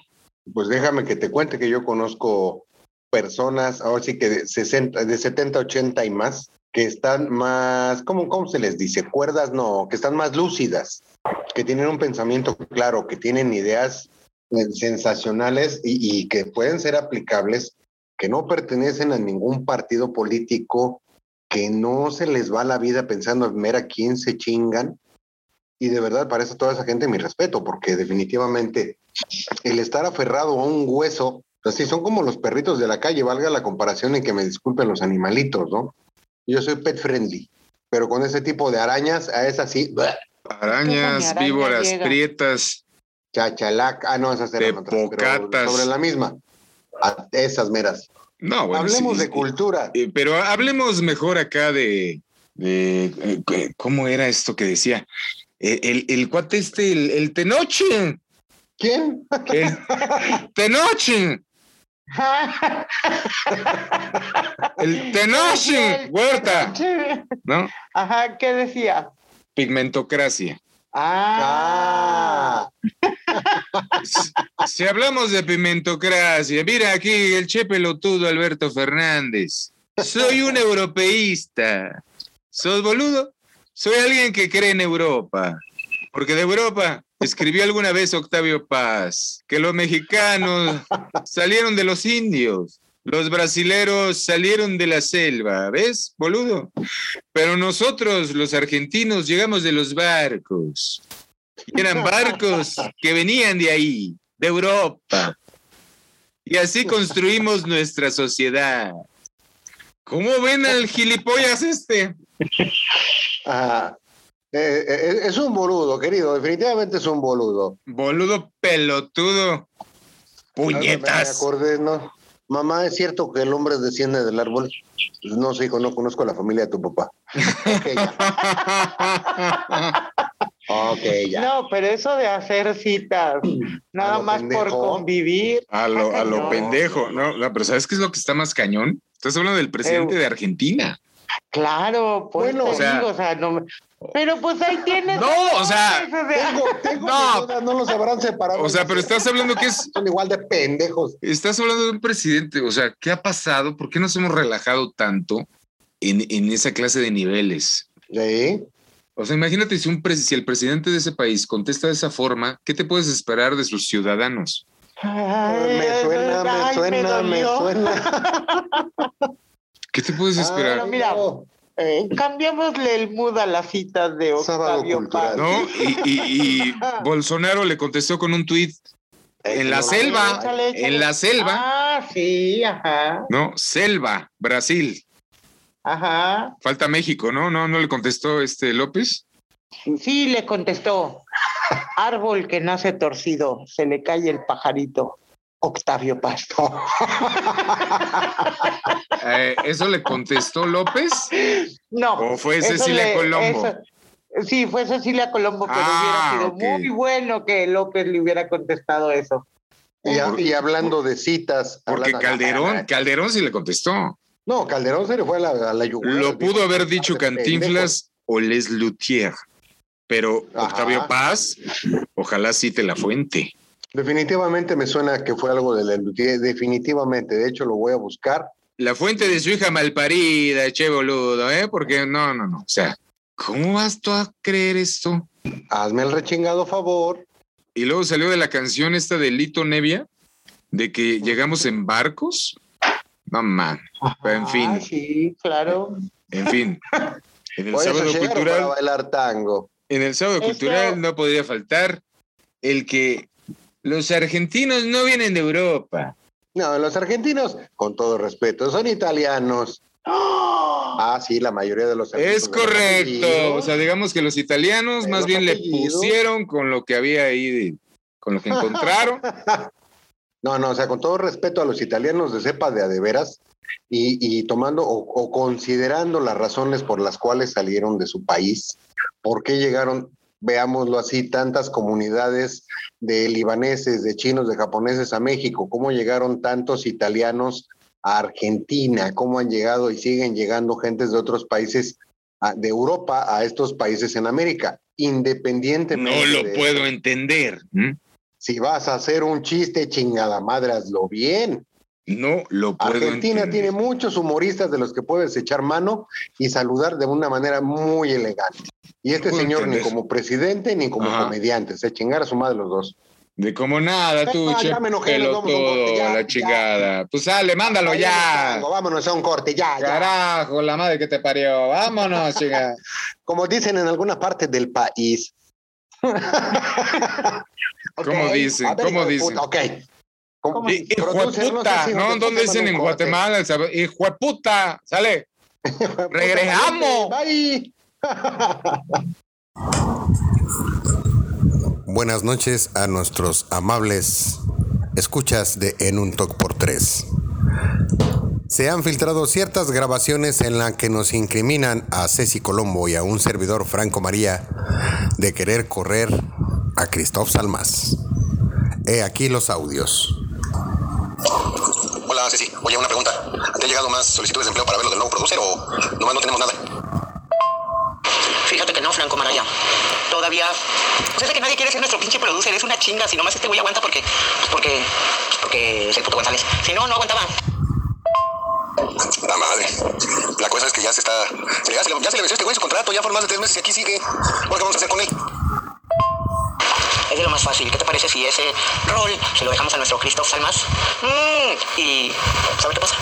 Speaker 3: Pues déjame que te cuente que yo conozco personas, ahora sí que de 60, de 70, 80 y más, que están más, ¿cómo, ¿cómo se les dice? Cuerdas, no, que están más lúcidas, que tienen un pensamiento claro, que tienen ideas eh, sensacionales y, y que pueden ser aplicables, que no pertenecen a ningún partido político, que no se les va la vida pensando en ver a quién se chingan. Y de verdad, para eso toda esa gente mi respeto, porque definitivamente el estar aferrado a un hueso, así son como los perritos de la calle, valga la comparación en que me disculpen los animalitos, ¿no? Yo soy pet friendly, pero con ese tipo de arañas, a esas sí, ¡buah!
Speaker 4: Arañas,
Speaker 2: araña
Speaker 4: víboras,
Speaker 2: llega.
Speaker 4: prietas.
Speaker 3: chachalac, ah, no, esas eran otras, pero
Speaker 4: Tepocatas.
Speaker 3: sobre la misma, a esas meras.
Speaker 4: No, bueno,
Speaker 3: Hablemos
Speaker 4: sí,
Speaker 3: de cultura.
Speaker 4: Eh, pero hablemos mejor acá de, de, eh, c- cómo era esto que decía. Eh, El, el cuate este, el, el Tenoche,
Speaker 3: ¿Quién?
Speaker 4: el Tenoche, el Tenoche, Huerta, ¿no?
Speaker 2: Ajá, ¿qué decía?
Speaker 4: Pigmentocracia.
Speaker 2: Ah,
Speaker 3: Ah,
Speaker 4: Si- Si hablamos de pigmentocracia, mira aquí el che pelotudo Alberto Fernández. Soy un europeísta. ¿Sos boludo? Soy alguien que cree en Europa. Porque de Europa escribió alguna vez Octavio Paz que los mexicanos salieron de los indios, los brasileros salieron de la selva, ¿ves, boludo? Pero nosotros, los argentinos, llegamos de los barcos. Y eran barcos que venían de ahí, de Europa. Y así construimos nuestra sociedad. ¿Cómo ven al gilipollas este?
Speaker 3: ah. Eh, eh, es un boludo, querido, definitivamente es un boludo.
Speaker 4: Boludo pelotudo. Puñetas.
Speaker 3: Ahora Me acordé, ¿no? Mamá, ¿es cierto que el hombre desciende del árbol? Pues no sé, hijo, no conozco a la familia de tu papá. Ok, ya. Ok, ya.
Speaker 2: no, pero eso de hacer citas, nada
Speaker 3: lo
Speaker 2: más por
Speaker 3: pendejo.
Speaker 2: convivir.
Speaker 4: A lo, a lo
Speaker 2: No.
Speaker 4: pendejo. No, no, pero ¿sabes qué es lo que está más cañón? Estás hablando del presidente
Speaker 2: Eh,
Speaker 4: de Argentina.
Speaker 2: Claro, pues
Speaker 3: Bueno,
Speaker 2: te
Speaker 4: o sea-
Speaker 2: digo, o sea, no me- pero pues ahí tienes.
Speaker 4: No, o sea,
Speaker 2: O sea,
Speaker 3: Tengo, tengo
Speaker 4: No.
Speaker 3: mis dudas, no los habrán separado.
Speaker 4: O sea, pero estás hablando que es
Speaker 3: Son igual de pendejos.
Speaker 4: Estás hablando de un presidente, o sea, ¿qué ha pasado? ¿Por qué nos hemos relajado tanto en, en esa clase de niveles?
Speaker 3: Sí.
Speaker 4: O sea, imagínate si, un pres- si el presidente de ese país contesta de esa forma, ¿qué te puedes esperar de sus ciudadanos?
Speaker 2: ay,
Speaker 3: Me suena,
Speaker 2: ay,
Speaker 3: me
Speaker 2: me
Speaker 3: suena, me
Speaker 2: dolió.
Speaker 3: suena.
Speaker 4: ¿Qué te puedes
Speaker 2: no,
Speaker 4: esperar?
Speaker 2: mira.
Speaker 3: no.
Speaker 2: Eh, cambiémosle el mood a las citas de
Speaker 3: Sábado
Speaker 2: Octavio
Speaker 3: cultural.
Speaker 2: Paz.
Speaker 4: ¿No? Y, y- y Bolsonaro le contestó con un tuit en la
Speaker 3: No,
Speaker 4: selva,
Speaker 3: no, no.
Speaker 2: échale, échale.
Speaker 4: en la selva,
Speaker 2: Ah, sí, ajá,
Speaker 4: ¿no? Selva, Brasil.
Speaker 2: ajá.
Speaker 4: Falta México, ¿no? No, no le contestó este López.
Speaker 2: Sí, le contestó. Árbol que nace torcido, se le cae el pajarito. Octavio Paz.
Speaker 4: Eh, ¿Eso le contestó López?
Speaker 2: No.
Speaker 4: ¿O fue
Speaker 2: eso
Speaker 4: Cecilia
Speaker 2: le-
Speaker 4: Colombo?
Speaker 2: eso- Sí, fue Cecilia Colombo, pero
Speaker 4: Ah,
Speaker 2: hubiera sido
Speaker 4: ok.
Speaker 2: muy bueno que López le hubiera contestado eso.
Speaker 3: Y, a- y hablando de citas.
Speaker 4: Porque
Speaker 3: hablando-
Speaker 4: Calderón, Calderón sí le contestó.
Speaker 3: No, Calderón se le fue a la, a la yugular,
Speaker 4: Lo
Speaker 3: dijo,
Speaker 4: pudo haber dicho
Speaker 3: "Pendejos".
Speaker 4: Cantinflas o Les Luthier, pero
Speaker 3: Ajá.
Speaker 4: Octavio Paz, ojalá cite la fuente.
Speaker 3: Definitivamente me suena que fue algo de la Lutier, definitivamente. De hecho, lo voy a buscar.
Speaker 4: La fuente de su hija malparida, che boludo, ¿eh? Porque no, no, no. O sea, ¿cómo vas tú a creer esto?
Speaker 3: Hazme el rechingado favor.
Speaker 4: Y luego salió de la canción esta de Lito Nevia, de que llegamos en barcos. Mamá, Pero en fin.
Speaker 2: Ah, sí, claro.
Speaker 4: en fin. En el
Speaker 3: Por eso
Speaker 4: sábado
Speaker 3: llegaron para
Speaker 4: cultural.
Speaker 3: bailar tango.
Speaker 4: En el sábado
Speaker 2: Eso-
Speaker 4: cultural no podía faltar el que los argentinos no vienen de Europa.
Speaker 3: No, los argentinos, con todo respeto, son italianos. Ah, sí, la mayoría de los
Speaker 4: Es
Speaker 3: argentinos.
Speaker 4: correcto.
Speaker 3: Apellido.
Speaker 4: O sea, digamos que los italianos
Speaker 3: De
Speaker 4: más
Speaker 3: los
Speaker 4: bien le
Speaker 3: apellidos.
Speaker 4: pusieron con lo que había ahí, de- con lo que encontraron.
Speaker 3: No, no, o sea, con todo respeto a los italianos de cepa de a de veras y, y tomando o, o considerando las razones por las cuales salieron de su país, por qué llegaron, veámoslo así, tantas comunidades de libaneses, de chinos, de japoneses a México, cómo llegaron tantos italianos a Argentina, cómo han llegado y siguen llegando gentes de otros países a- de Europa a estos países en América, independientemente.
Speaker 4: No lo
Speaker 3: de-
Speaker 4: puedo entender. ¿m?
Speaker 3: Si vas a hacer un chiste, chingada madre, hazlo bien.
Speaker 4: No lo puedo
Speaker 3: Argentina tiene
Speaker 4: entender.
Speaker 3: muchos humoristas de los que puedes echar mano y saludar de una manera muy elegante. Y este
Speaker 4: No puedo
Speaker 3: señor
Speaker 4: entender.
Speaker 3: ni como presidente ni como
Speaker 4: Ajá.
Speaker 3: comediante, se chingar a su madre los dos.
Speaker 4: De como nada, tú,
Speaker 3: Ah,
Speaker 4: che,
Speaker 3: ya me enojé, nos vamos a un corte,
Speaker 4: pelotudo,
Speaker 3: ya,
Speaker 4: la
Speaker 3: ya.
Speaker 4: chingada. Pues sale, mándalo
Speaker 3: Vámonos,
Speaker 4: ya.
Speaker 3: Tango, Vámonos a un corte, ya, ya.
Speaker 4: Carajo, la madre que te parió. Vámonos, chingada.
Speaker 3: Como dicen en alguna parte del país. Ok.
Speaker 4: ¿Cómo dicen?
Speaker 3: A ver,
Speaker 4: ¿Cómo
Speaker 3: hijo de
Speaker 4: dicen?
Speaker 3: puta, Ok. ¿Cómo
Speaker 4: Eh,
Speaker 3: dicen? Producen,
Speaker 4: Hijueputa,
Speaker 3: sé si
Speaker 4: ¿no?
Speaker 3: hijo de
Speaker 4: ¿Dónde
Speaker 3: puta
Speaker 4: dicen
Speaker 3: manda
Speaker 4: en
Speaker 3: un corte.
Speaker 4: Guatemala? El sab- Hijueputa, sale.
Speaker 3: Hijo de puta,
Speaker 4: ¡Regresamos!
Speaker 3: Bye.
Speaker 1: Buenas noches a nuestros amables escuchas de En un Talk por 3. Se han filtrado ciertas grabaciones en las que nos incriminan a Ceci Colombo y a un servidor Franco María de querer correr a Cristóbal Salmas. He aquí los audios.
Speaker 6: Hola, Ceci. Oye, una pregunta. ¿Te han llegado más solicitudes de empleo para ver lo del nuevo producer o nomás no tenemos nada?
Speaker 7: Fíjate que no, Franco Maraya. Todavía. Pues es de que nadie quiere ser nuestro pinche producer. Es una chinga. Si nomás este güey aguanta porque. Pues porque. pues porque es el puto González. Si no, no aguantaba.
Speaker 6: La madre. La cosa es que ya se está. Ya se le, ya se le venció a este güey su contrato, ya por más de tres meses y aquí sigue. Ahora, ¿qué vamos a hacer con él? Pues
Speaker 7: Es de lo más fácil. ¿Qué te parece si ese rol se lo dejamos a nuestro Christoph Salmas? Mm, y. ¿Sabes qué pasa?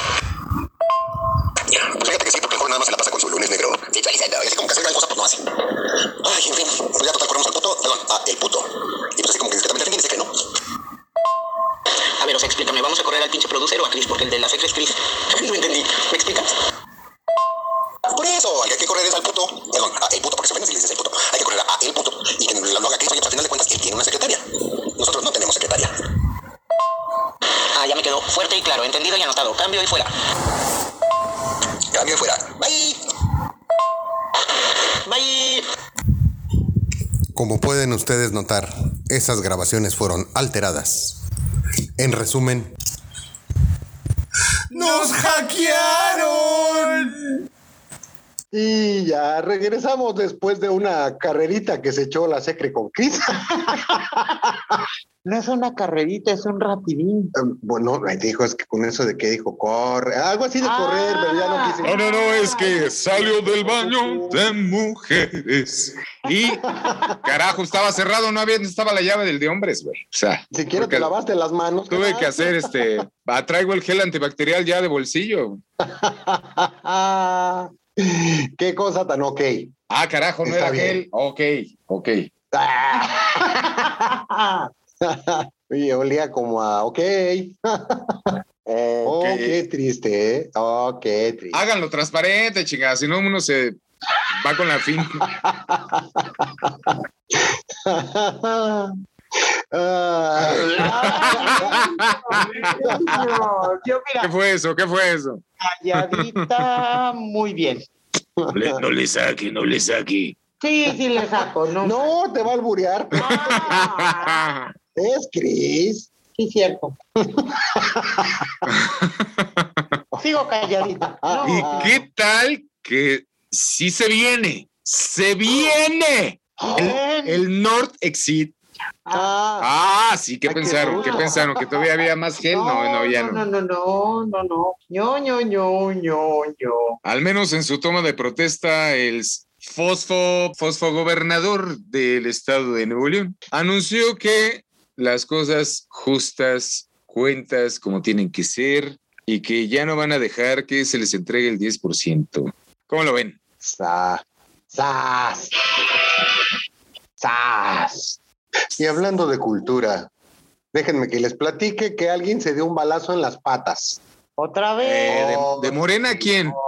Speaker 6: Pues fíjate que sí, porque el joven nada más se la pasa con su lunes negro. Visualizando, y así como que hacer gran cosa, pues no hace. Ay, en fin, pues ya total corremos al puto, perdón, a el puto. Y pues así como que discretamente alguien dice que no.
Speaker 7: A ver, o sea, explícame. ¿Vamos a correr al pinche producer o a Chris? Porque el de la serie es Chris.
Speaker 6: No entendí.
Speaker 7: ¿Me explicas?
Speaker 6: Por eso, hay que correr es al puto, perdón, a el puto, porque se ofende si le dices el puto. Hay que correr a el puto y que lo haga que oye, pues, al final de cuentas, él tiene una secretaria. Nosotros no tenemos secretaria.
Speaker 7: Ah, ya me quedó fuerte y claro. Entendido y anotado. Cambio y fuera.
Speaker 6: Cambio y fuera. Bye.
Speaker 7: Bye.
Speaker 1: Como pueden ustedes notar, esas grabaciones fueron alteradas. En resumen, ¡Nos hackearon!
Speaker 3: Y ya regresamos después de una carrerita que se echó la Secre con Cris.
Speaker 2: No es una carrerita, es un rapidín.
Speaker 3: Eh, Bueno, me dijo, es que con eso de que dijo corre, algo así de correr, pero ya no quise.
Speaker 4: Ah. No, no, no, es que salió del baño de mujeres. Y, carajo, estaba cerrado, no había, no estaba la llave del de hombres, güey. O sea,
Speaker 3: Ni siquiera
Speaker 4: porque
Speaker 3: te lavaste las manos.
Speaker 4: tuve que hacer este, ah, traigo el gel antibacterial ya de bolsillo.
Speaker 3: hacer. Qué cosa tan ok.
Speaker 4: Ah, carajo, no
Speaker 3: Está
Speaker 4: era
Speaker 3: bien.
Speaker 4: gel. Ok, ok.
Speaker 3: Y olía como a ok. Eh, Oh, qué triste, ¿eh? Oh, qué triste.
Speaker 4: Háganlo transparente, chingada, si no uno se va con la fin.
Speaker 3: Ah,
Speaker 2: Yo,
Speaker 4: ¿Qué
Speaker 2: mira,
Speaker 4: fue eso? ¿Qué fue eso?
Speaker 2: calladita, muy bien.
Speaker 4: No le saque, no le saque.
Speaker 2: Sí, sí le saco, ¿no?
Speaker 3: No, te va a alburear.
Speaker 2: Ah,
Speaker 3: Es Cris.
Speaker 2: sí, cierto. Sigo calladita. No.
Speaker 4: ¿Y qué tal que sí se viene? ¡Se viene! El, el North Exit.
Speaker 2: Ah,
Speaker 4: Ah, sí, ¿qué
Speaker 3: Ay, qué
Speaker 4: pensaron? ¿Qué
Speaker 3: duro.
Speaker 4: pensaron? ¿Que todavía había más gel? No, no, ya
Speaker 2: no.
Speaker 4: no.
Speaker 2: No, no, no, no. Ño, ño, ño, ño, ño.
Speaker 4: Al menos en su toma de protesta, el fosfo, fosfo gobernador del estado de Nuevo León anunció que las cosas justas, cuentas como tienen que ser y que ya no van a dejar que se les entregue el 10%. ¿Cómo lo ven?
Speaker 3: Sa- Sas. Sas. Y hablando de cultura, déjenme que les platique que alguien se dio un balazo en las patas.
Speaker 2: Otra
Speaker 4: Eh,
Speaker 2: vez.
Speaker 4: de, de Morena, ¿quién?
Speaker 3: Oh,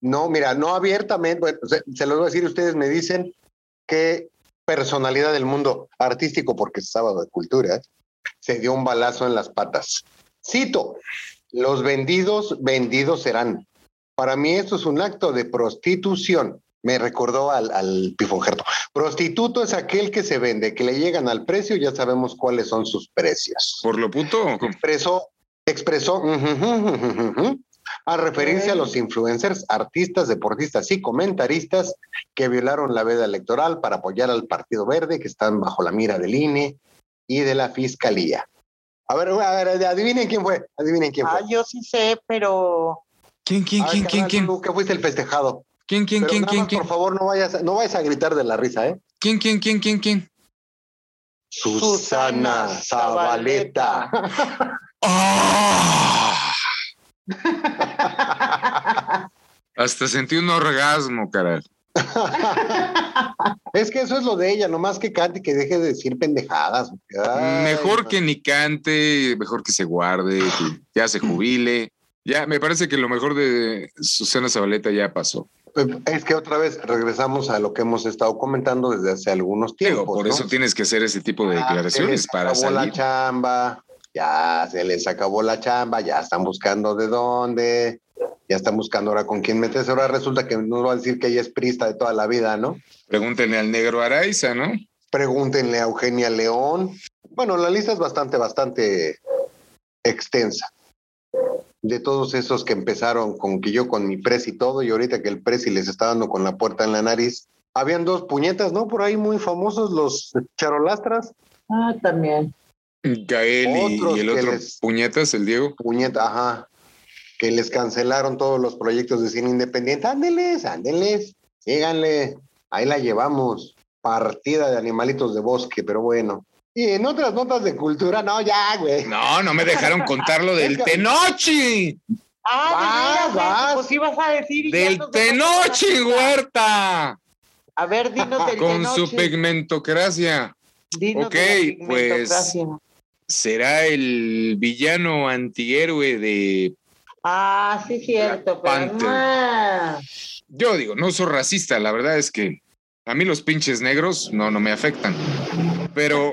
Speaker 3: No, mira, no abiertamente, bueno, se, se los voy a decir, ustedes me dicen qué personalidad del mundo artístico, porque es sábado de cultura, se dio un balazo en las patas. Cito, los vendidos, vendidos serán. Para mí esto es un acto de prostitución. Me recordó al, al pifonjerto. Prostituto es aquel que se vende, que le llegan al precio y ya sabemos cuáles son sus precios
Speaker 4: ¿Por lo puto? o cómo?
Speaker 3: expresó, expresó a referirse a los influencers, artistas, deportistas y comentaristas que violaron la veda electoral para apoyar al Partido Verde, que están bajo la mira del INE y de la Fiscalía. A ver, a ver, adivinen quién fue, adivinen quién fue.
Speaker 2: Ah, yo sí sé, pero.
Speaker 4: ¿Quién, quién,
Speaker 3: A ver,
Speaker 4: quién, quién,
Speaker 3: carnal,
Speaker 4: quién?
Speaker 3: tú que fuiste el festejado.
Speaker 4: ¿Quién, quién,
Speaker 3: Pero
Speaker 4: quién,
Speaker 3: nada
Speaker 4: quién,
Speaker 3: más,
Speaker 4: quién?
Speaker 3: por favor, no vayas, a- no vayas a gritar de la risa, ¿eh?
Speaker 4: ¿Quién, quién, quién, quién, quién?
Speaker 3: Susana,
Speaker 2: Susana
Speaker 3: Zabaleta.
Speaker 4: ¡Ah! Hasta sentí un orgasmo, caray.
Speaker 3: Es que eso es lo de ella, nomás que cante y que deje de decir pendejadas. Ay,
Speaker 4: mejor
Speaker 3: no.
Speaker 4: que ni cante, mejor que se guarde, que ya se jubile. Ya, me parece que lo mejor de Susana Zabaleta ya pasó.
Speaker 3: Pues, Es que otra vez regresamos a lo que hemos estado comentando desde hace algunos tiempos.
Speaker 4: Digo, por
Speaker 3: ¿no?
Speaker 4: eso tienes que hacer ese tipo de
Speaker 3: Ya se
Speaker 4: declaraciones
Speaker 3: les
Speaker 4: para
Speaker 3: acabó
Speaker 4: salir.
Speaker 3: Ah, eh, la chamba, ya se les acabó la chamba, ya están buscando de dónde, ya están buscando ahora con quién meterse. Ahora resulta que nos va a decir que ella es prista de toda la vida, ¿no?
Speaker 4: Pregúntenle al negro Araiza, ¿no?
Speaker 3: Pregúntenle a Eugenia León. Bueno, la lista es bastante, bastante extensa. De todos esos que empezaron con que yo con mi presi y todo, y ahorita que el presi les está dando con la puerta en la nariz. Habían dos puñetas, ¿no? Por ahí muy famosos los charolastras.
Speaker 2: Ah, también.
Speaker 4: Gael y-
Speaker 3: Otros
Speaker 4: y, el
Speaker 3: que
Speaker 4: otro
Speaker 3: les-
Speaker 4: puñetas, el Diego.
Speaker 3: Puñeta, ajá. Que les cancelaron todos los proyectos de cine independiente. Ándeles, ándeles. Síganle. Ahí la llevamos. Partida de animalitos de bosque, pero bueno. Y en otras notas de cultura, no, ya, güey.
Speaker 4: No, no me dejaron contar lo del
Speaker 3: Es que-
Speaker 4: Tenochi,
Speaker 2: Ah,
Speaker 3: Vas,
Speaker 2: de veras, Beto,
Speaker 3: vas.
Speaker 2: pues ibas a decir. y ya
Speaker 4: del
Speaker 2: nos dejaste con la
Speaker 4: Tenochi
Speaker 2: duda.
Speaker 4: Huerta,
Speaker 2: A ver, dinos del
Speaker 4: con
Speaker 2: Tenochi.
Speaker 4: su pigmentocracia.
Speaker 2: Dinos
Speaker 4: Ok,
Speaker 2: de la
Speaker 4: pues,
Speaker 2: pigmentocracia.
Speaker 4: Será el villano antihéroe de
Speaker 2: Ah, sí, cierto. Pero,
Speaker 4: Panther.
Speaker 2: ah,
Speaker 4: Yo digo, no soy racista, la verdad es que a mí los pinches negros no, no me afectan. Pero,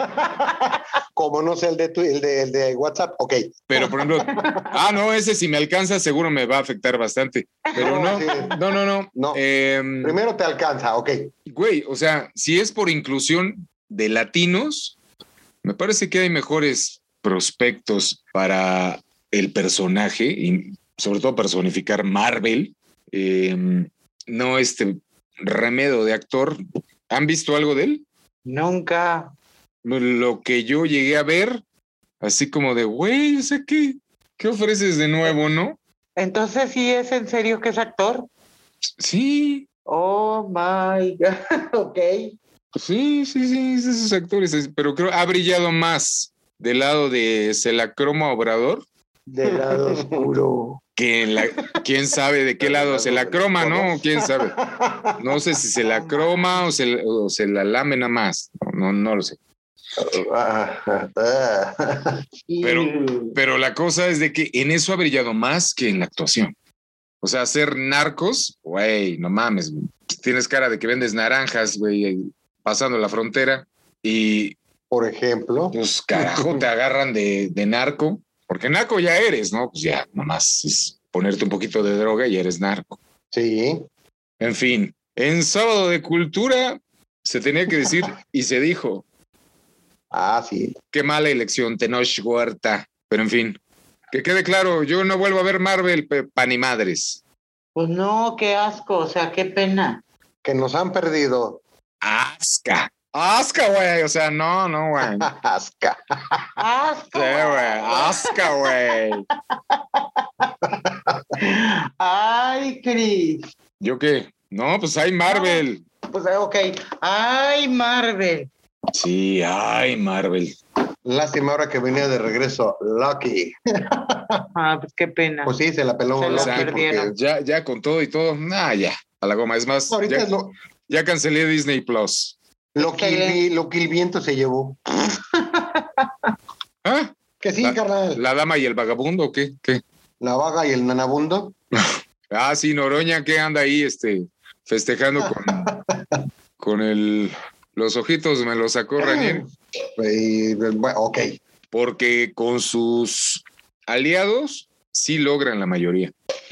Speaker 3: Como no sé el de, tu- el de, el de WhatsApp, ok.
Speaker 4: pero por ejemplo, ah, no, ese si me alcanza seguro me va a afectar bastante. Pero
Speaker 3: No,
Speaker 4: no,
Speaker 3: sí.
Speaker 4: no, no, no.
Speaker 3: No.
Speaker 4: Em,
Speaker 3: Primero te alcanza, ok.
Speaker 4: güey, o sea, si es por inclusión de latinos, me parece que hay mejores prospectos para el personaje y sobre todo personificar Marvel. Em, no este remedo de actor. ¿Han visto algo de él?
Speaker 2: nunca.
Speaker 4: lo que yo llegué a ver, así como de, güey, o sea, ¿qué, ¿qué ofreces de nuevo, no?
Speaker 2: Entonces, ¿sí es en serio que es actor?
Speaker 4: Sí,
Speaker 2: Oh, my God. Ok.
Speaker 4: sí, sí, sí, es de esos actores, es- pero creo ha brillado más del lado de Celacroma Obrador
Speaker 2: Del lado oscuro.
Speaker 4: que en la, quién sabe de qué lado Celacroma, ¿no? ¿Quién sabe? No sé si Celacroma o se, o se la lame nada más, no, no, no lo sé.
Speaker 3: Ah, ah.
Speaker 4: Pero- Pero la cosa es de que en eso ha brillado más que en la actuación. O sea, ser narcos, güey, no mames. güey. Tienes cara de que vendes naranjas, güey, eh, pasando la frontera. Y
Speaker 3: Por ejemplo,
Speaker 4: pues carajo, te agarran de, de narco. Porque narco ya eres, ¿no? Pues ya, nomás es ponerte un poquito de droga y eres narco.
Speaker 3: sí.
Speaker 4: En fin, En sábado de cultura se tenía que decir y se dijo,
Speaker 3: Ah, sí.
Speaker 4: qué mala elección, Tenoch Huerta. Pero en fin, que quede claro, yo no vuelvo a ver Marvel, pe- pa' ni madres.
Speaker 2: Pues no, qué asco, o sea, qué pena.
Speaker 3: Que nos han perdido.
Speaker 4: Asca. Asca, güey. O sea, no, no, güey.
Speaker 3: Asca.
Speaker 2: Asco.
Speaker 4: Sí, güey. Asca, güey.
Speaker 2: Ay, Cris.
Speaker 4: ¿Yo qué? No, pues hay Marvel.
Speaker 2: Pues ok. Ay, Marvel.
Speaker 4: Sí, hay Marvel.
Speaker 3: Lástima ahora que venía de regreso Lucky.
Speaker 2: Ah, pues qué pena.
Speaker 3: Pues sí, se la peló
Speaker 2: Se la
Speaker 3: Lucky.
Speaker 2: perdieron.
Speaker 4: Ya, ya con todo y todo. Nah, ya. A la goma. Es más,
Speaker 3: porque Ahorita
Speaker 4: ya,
Speaker 3: es lo,
Speaker 4: ya cancelé Disney Plus.
Speaker 3: lo, que el, lo que el viento se llevó.
Speaker 4: ¿Ah?
Speaker 3: Que sí,
Speaker 4: La-
Speaker 3: carnal.
Speaker 4: ¿La dama y el vagabundo o qué? ¿Qué?
Speaker 3: La vaga y el nanabundo.
Speaker 4: Ah, sí, Noroña, que anda ahí este, festejando con, con el. Los ojitos me los
Speaker 3: Ah.
Speaker 4: sacó
Speaker 3: Eh,
Speaker 4: Ranier.
Speaker 3: Y, bueno, ok.
Speaker 4: porque con sus aliados sí logran la mayoría.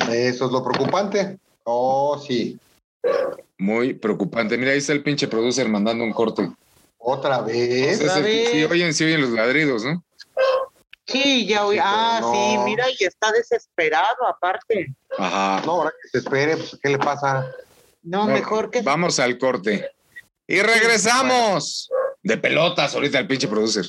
Speaker 3: Eso es lo preocupante. Oh, sí.
Speaker 4: Muy preocupante. Mira, ahí está el pinche producer mandando un corte.
Speaker 3: Otra vez.
Speaker 4: Sí,
Speaker 2: vez.
Speaker 4: sí, sí, oyen, sí oyen los ladridos, ¿no?
Speaker 2: Sí, ya oí.
Speaker 3: Sí, pero
Speaker 2: Ah,
Speaker 3: no.
Speaker 2: sí, mira, y está desesperado aparte.
Speaker 4: Ajá.
Speaker 3: No, ahora que se espere, pues, ¿qué le pasa?
Speaker 2: No, mejor que...
Speaker 4: Vamos al corte. Y regresamos. De pelotas ahorita el pinche producer.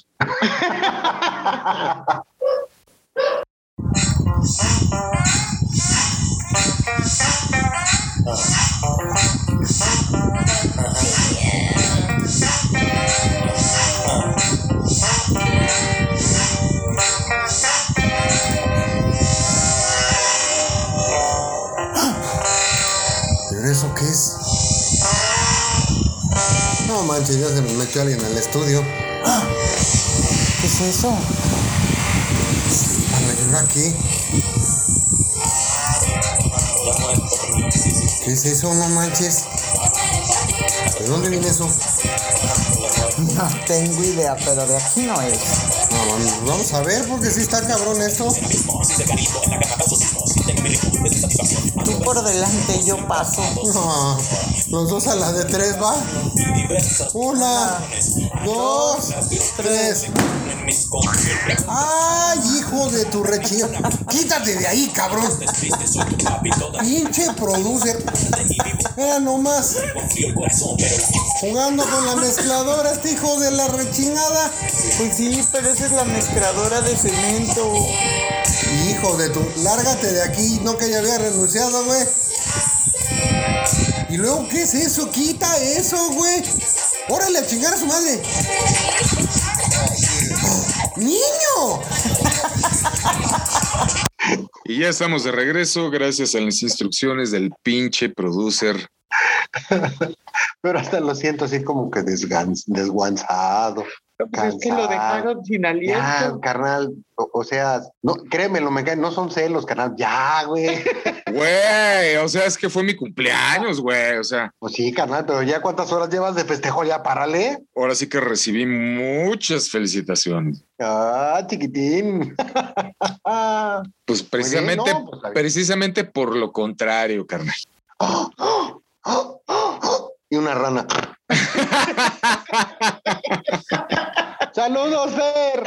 Speaker 1: ¿Pero eso qué es? No manches, ya se me metió alguien al estudio.
Speaker 8: ¿Qué es eso?
Speaker 1: Para yo aquí. ¿Qué es eso? No manches. ¿De dónde viene eso?
Speaker 8: No tengo idea, pero de aquí no es.
Speaker 1: No, vamos- vamos a ver porque si está cabrón esto.
Speaker 8: Tú por delante y yo paso.
Speaker 1: No, los dos a la de tres, ¿va? Una, dos, tres. ¡Ay, hijo de tu rechino! ¡Quítate de ahí, cabrón! ¡Pinche producer! Era nomás. Jugando con la mezcladora, este hijo de la rechinada.
Speaker 8: Pues sí, pero esa es la mezcladora de cemento.
Speaker 1: Hijo de tu. Lárgate de aquí, no que ya había renunciado, güey. Y luego, ¿qué es eso? Quita eso, güey. Órale a chingar a su madre. ¡Niño!
Speaker 4: Y ya estamos de regreso gracias a las instrucciones del pinche producer.
Speaker 3: Pero hasta lo siento así como que desgan- desguanzado.
Speaker 2: Pues es que lo
Speaker 3: cansado.
Speaker 2: dejaron sin
Speaker 3: Ya,
Speaker 2: aliento.
Speaker 3: carnal, o, o sea, no, créeme, lo me cae, no son celos, carnal, ya, güey.
Speaker 4: Güey, o sea, es que fue mi cumpleaños, güey. O sea,
Speaker 3: Pues sí, carnal, pero ya cuántas horas llevas de festejo, ya, párale.
Speaker 4: ahora sí que recibí muchas felicitaciones.
Speaker 3: Ah, chiquitín.
Speaker 4: Pues precisamente,
Speaker 3: no, pues, está bien.
Speaker 4: precisamente por lo contrario, carnal.
Speaker 3: ¡Oh, y una rana. Saludos, Fer.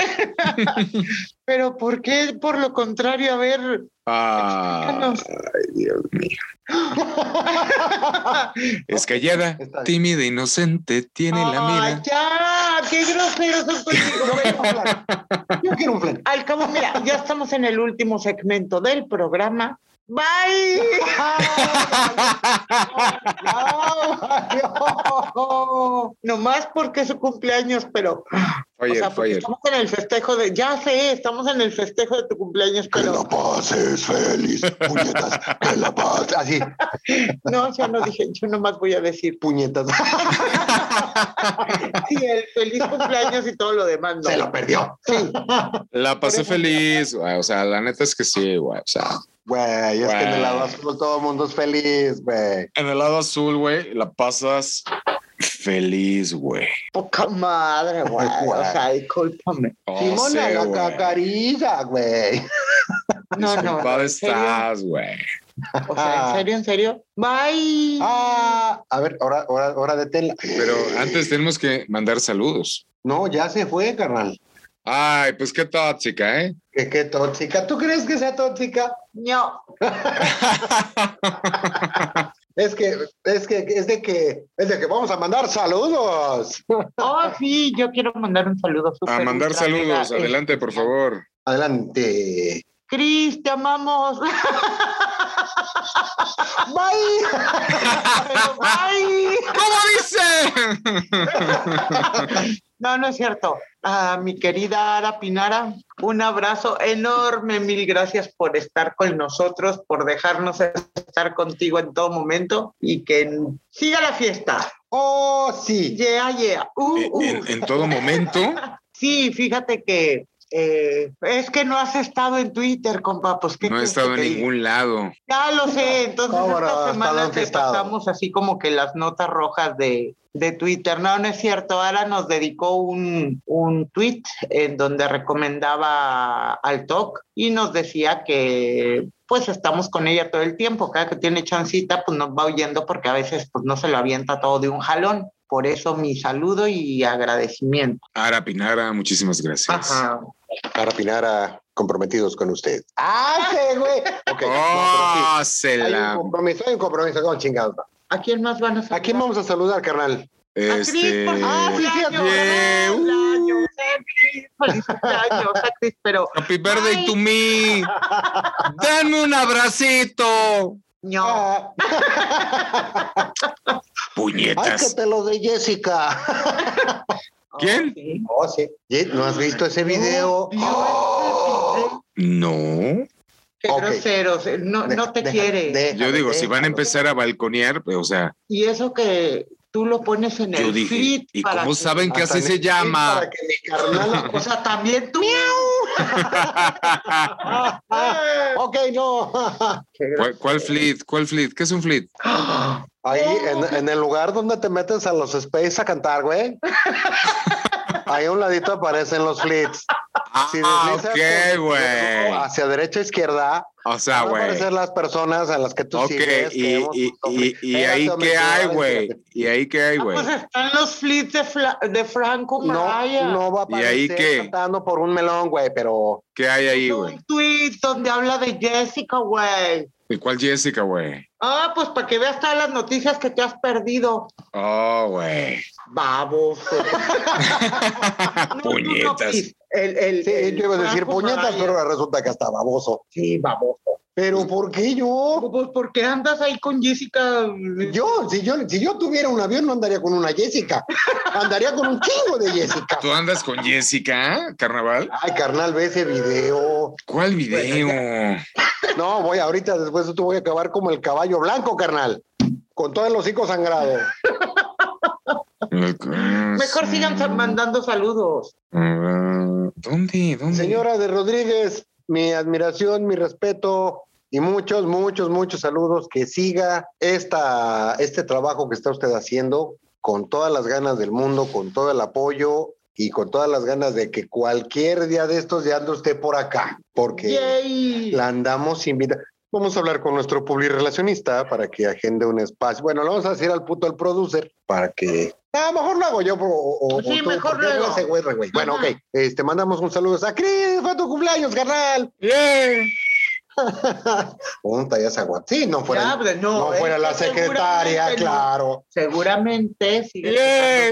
Speaker 2: Pero ¿por qué? Por lo contrario, a ver,
Speaker 4: Ah,
Speaker 2: explícanos.
Speaker 4: es callada,
Speaker 3: Está bien.
Speaker 4: tímida, inocente, tiene la
Speaker 2: Ay,
Speaker 4: mira.
Speaker 2: ya, qué groseros son contigo. Bueno,
Speaker 3: Yo quiero un flan.
Speaker 2: al cabo, mira, ya estamos en el último segmento del programa. Bye. No, nomás porque es su cumpleaños, pero o
Speaker 4: Fire,
Speaker 2: sea, porque
Speaker 4: fire.
Speaker 2: estamos en el festejo de, ya sé, estamos en el festejo de tu cumpleaños,
Speaker 3: Que la
Speaker 2: pero
Speaker 3: pases feliz, puñetas, que la pases. Así,
Speaker 2: no, yo no dije, yo nomás voy a decir
Speaker 3: puñetas.
Speaker 2: sí, el feliz cumpleaños y todo lo demás. no.
Speaker 3: Se lo perdió.
Speaker 4: La pasé feliz, güey, o sea, la neta es que sí, güey, o sea,
Speaker 3: Güey, es que en el
Speaker 4: Güey.
Speaker 3: lado azul todo el mundo es feliz, güey.
Speaker 4: en el lado azul, güey, la pasas feliz, güey.
Speaker 2: Poca madre, güey. O sea, discúlpame.
Speaker 4: Oh,
Speaker 3: Simona,
Speaker 4: sí,
Speaker 3: la
Speaker 4: güey.
Speaker 3: cacariza, güey.
Speaker 2: No, no.
Speaker 4: Disculpada
Speaker 2: en serio.
Speaker 4: estás, güey.
Speaker 2: O sea, en serio, en serio. Bye.
Speaker 3: Ah, a ver, ahora, ahora, ahora deténla.
Speaker 4: Pero antes tenemos que mandar saludos.
Speaker 3: No, ya se fue, carnal.
Speaker 4: Ay, pues qué tóxica, ¿eh?
Speaker 3: Qué, qué tóxica. ¿Tú crees que sea tóxica?
Speaker 2: No.
Speaker 3: Es que, es que, es de que, es de que vamos a mandar saludos.
Speaker 2: Oh, sí, yo quiero mandar un saludo.
Speaker 4: A
Speaker 2: súper
Speaker 4: mandar
Speaker 2: ultra mega,
Speaker 4: saludos.
Speaker 2: eh,
Speaker 4: Adelante, por favor.
Speaker 3: Adelante.
Speaker 2: Cris, te amamos.
Speaker 3: Bye.
Speaker 2: Pero bye.
Speaker 4: ¿Cómo dice?
Speaker 2: No, no es cierto. A mi querida Ara Pinara, un abrazo enorme, mil gracias por estar con nosotros, por dejarnos estar contigo en todo momento y que siga la fiesta.
Speaker 3: Oh, sí.
Speaker 2: Yeah, yeah. Uh, uh.
Speaker 4: en, en todo momento.
Speaker 2: Sí, fíjate que eh, es que no has estado en Twitter, compa. Pues, ¿qué
Speaker 4: No he
Speaker 2: quieres
Speaker 4: estado
Speaker 2: que
Speaker 4: en
Speaker 2: te diga?
Speaker 4: ningún lado.
Speaker 2: Ya lo sé, entonces
Speaker 3: Cómo no,
Speaker 2: esta
Speaker 3: estaba
Speaker 2: semana te
Speaker 3: enfiestado.
Speaker 2: pasamos así como que las notas rojas de, de Twitter. No, no es cierto. Ara nos dedicó un, un tweet en donde recomendaba al TOC y nos decía que pues estamos con ella todo el tiempo. Cada que tiene chancita, pues nos va oyendo porque a veces pues no se lo avienta todo de un jalón. Por eso mi saludo y agradecimiento.
Speaker 4: Ara Pinara, muchísimas gracias.
Speaker 2: Ajá.
Speaker 3: Para Pinara, comprometidos con usted. ¡Ah, sí, güey! Ok. no,
Speaker 4: Oh, se
Speaker 3: pero sí. Hay
Speaker 4: la-
Speaker 3: un compromiso, hay un compromiso con chingados.
Speaker 2: ¿A quién más van a saludar?
Speaker 3: ¿A quién vamos a saludar, carnal?
Speaker 2: A
Speaker 4: Este.
Speaker 2: Cris, por
Speaker 3: Ah, sí,
Speaker 2: feliz
Speaker 3: cierto.
Speaker 2: cumpleaños, feliz
Speaker 4: Yeah,
Speaker 2: cumpleaños, eh, Cris, feliz cumpleaños, eh, Cris, pero
Speaker 4: Happy birthday to me. Dame un abracito.
Speaker 2: no.
Speaker 3: Ah, ¡Ay, que
Speaker 4: Puñetas.
Speaker 3: te lo de Jessica!
Speaker 4: ¿Quién?
Speaker 2: Sí.
Speaker 3: Oh, sí. Ye- ¿No has visto ese video?
Speaker 2: No,
Speaker 4: No.
Speaker 2: Qué
Speaker 3: Oh, Ok.
Speaker 2: groseros, eh, no, no te
Speaker 3: Deja-
Speaker 2: quiere.
Speaker 3: déjame,
Speaker 4: Yo digo, si van a
Speaker 3: déjalo.
Speaker 4: empezar a balconear, o sea,
Speaker 2: Y eso que tú lo pones en
Speaker 4: yo
Speaker 2: el
Speaker 4: dije,
Speaker 2: feed
Speaker 4: ¿y
Speaker 2: para
Speaker 4: cómo
Speaker 2: que-
Speaker 4: saben que
Speaker 3: Hasta
Speaker 4: así
Speaker 3: en
Speaker 4: se
Speaker 3: el-
Speaker 4: llama?
Speaker 3: Para que mi carnal.
Speaker 2: O sea, también tú.
Speaker 3: ok, no.
Speaker 4: ¿Cuál, cuál fleet? ¿Cuál fleet? ¿Qué es un fleet?
Speaker 3: Ahí, en, en el lugar donde te metes a los Space a cantar, güey. Ahí a un ladito aparecen los flits.
Speaker 4: Ah,
Speaker 3: deslizas
Speaker 4: ok,
Speaker 3: tu-
Speaker 4: güey.
Speaker 3: Hacia derecha, e izquierda.
Speaker 4: O sea,
Speaker 3: van a
Speaker 4: güey.
Speaker 3: aparecer las personas a las que tú
Speaker 4: Ok,
Speaker 3: sigues. que
Speaker 4: y,
Speaker 3: hemos
Speaker 4: y,
Speaker 3: puesto
Speaker 4: y,
Speaker 3: flits.
Speaker 4: y
Speaker 3: Espérate,
Speaker 4: ahí
Speaker 3: hombre,
Speaker 4: qué hay,
Speaker 3: espérate,
Speaker 4: güey.
Speaker 3: espérate.
Speaker 4: Y ahí qué hay,
Speaker 2: Ah,
Speaker 4: güey.
Speaker 2: pues están los fleets de, Fla- de Franco Maraya.
Speaker 3: No, no va a
Speaker 4: ¿Y ahí
Speaker 3: aparecer
Speaker 4: qué?
Speaker 3: cantando por un melón, güey, pero
Speaker 4: ¿Qué hay ahí, güey?
Speaker 2: un tweet donde habla de Jessica, güey.
Speaker 4: ¿Y cuál Jessica, güey?
Speaker 2: Ah, pues para que veas todas las noticias que te has perdido.
Speaker 4: Oh, güey.
Speaker 2: Babos.
Speaker 4: Puñetas.
Speaker 2: pues, El, el,
Speaker 3: sí,
Speaker 2: el
Speaker 3: yo iba a decir
Speaker 2: Eh, Franco
Speaker 3: puñetas,
Speaker 2: Maraya.
Speaker 3: pero resulta que hasta baboso.
Speaker 2: Sí, baboso.
Speaker 3: ¿Pero por qué yo?
Speaker 2: Pues, ¿por qué andas ahí con Jessica?
Speaker 3: Yo, si yo, si yo tuviera un avión, no andaría con una Jessica. Andaría con un chingo de Jessica.
Speaker 4: ¿Tú andas con Jessica, carnaval?
Speaker 3: Ay, carnal, ve ese video.
Speaker 4: ¿Cuál video?
Speaker 3: No, voy ahorita, después de tú voy a acabar como el caballo blanco, carnal. Con todo el hocico sangrado.
Speaker 2: Mejor
Speaker 3: Mm.
Speaker 2: sigan sa- mandando saludos.
Speaker 4: Ah, ¿Dónde? ¿Dónde?
Speaker 3: Señora de Rodríguez, mi admiración, mi respeto y muchos, muchos, muchos saludos. Que siga esta, este trabajo que está usted haciendo con todas las ganas del mundo, con todo el apoyo y con todas las ganas de que cualquier día de estos ya ande usted por acá, porque
Speaker 2: Yay.
Speaker 3: la andamos invitando. Vamos a hablar con nuestro publirelacionista para que agende un espacio. Bueno, lo vamos a decir al puto al producer para que. Ah, mejor lo hago yo. O, o-
Speaker 2: Sí,
Speaker 3: o tú,
Speaker 2: mejor
Speaker 3: porque
Speaker 2: luego.
Speaker 3: ese güey, güey. Bueno,
Speaker 2: Ajá.
Speaker 3: ok. Este, mandamos un saludo a Cris. Fue tu cumpleaños, carnal.
Speaker 4: Yeah.
Speaker 3: Punta, ya se aguanta. Sí, no
Speaker 2: Ya,
Speaker 3: fuera,
Speaker 2: hombre,
Speaker 3: no,
Speaker 2: es
Speaker 3: fuera
Speaker 2: que
Speaker 3: la secretaria,
Speaker 2: seguramente no.
Speaker 3: claro.
Speaker 2: Seguramente sigue
Speaker 4: Yay.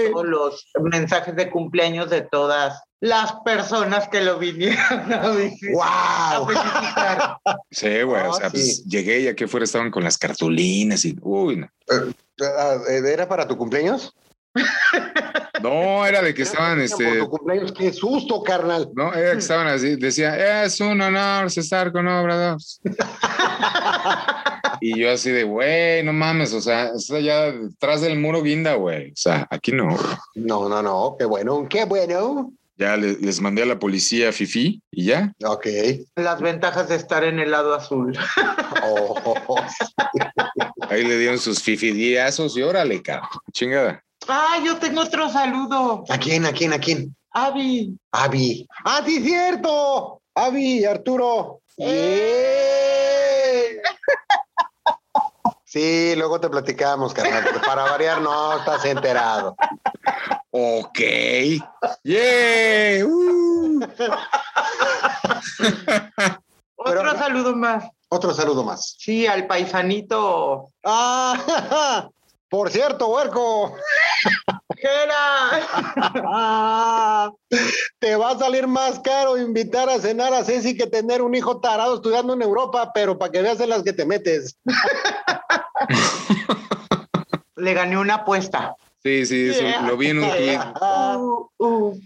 Speaker 2: escuchando todos los mensajes de cumpleaños de todas las personas que lo vinieron a visitar. A
Speaker 3: ¡Wow!
Speaker 2: felicitar.
Speaker 4: Sí, güey. o
Speaker 3: Ah,
Speaker 4: sea,
Speaker 3: sí.
Speaker 4: pues llegué y aquí afuera estaban con las cartulinas y. Uy, no.
Speaker 3: Ah, eh, ¿Era para tu cumpleaños?
Speaker 4: No, era de que estaban,
Speaker 3: Por
Speaker 4: este.
Speaker 3: tu cumpleaños, qué susto, carnal.
Speaker 4: No, era que estaban así. Decía, es un honor estar con Obrador. y yo así de, güey, no mames. O sea, está allá detrás del muro guinda, güey. O sea, aquí no.
Speaker 3: No, no, no. Qué bueno, qué bueno.
Speaker 4: Ya le- les mandé a la policía Fifi y ya.
Speaker 3: Ok.
Speaker 2: Las ventajas de estar en el lado azul.
Speaker 3: Oh, oh, oh.
Speaker 4: Ahí le dieron sus fifidiazos y órale, cabrón. Chingada.
Speaker 2: Ah, yo tengo otro saludo.
Speaker 3: ¿A quién, a quién, a quién?
Speaker 2: Avi.
Speaker 3: Avi. ¡Ah, sí, cierto! Avi, Arturo.
Speaker 2: ¡Eh!
Speaker 3: Sí, luego te platicamos, carnal. porque Para variar, no estás enterado.
Speaker 4: Ok. Yeah. Uh.
Speaker 2: Otro
Speaker 3: Pero-
Speaker 2: saludo más.
Speaker 3: Otro saludo más.
Speaker 2: Sí, al paisanito.
Speaker 3: Ah, por cierto, huerco.
Speaker 2: ¡Jera!
Speaker 3: Ah, te va a salir más caro invitar a cenar a Ceci que tener un hijo tarado estudiando en Europa, pero para que veas en las que te metes.
Speaker 2: Le gané una apuesta.
Speaker 4: Sí, sí, eso lo vi en un tweet.
Speaker 3: Ah,
Speaker 2: Uh, uh.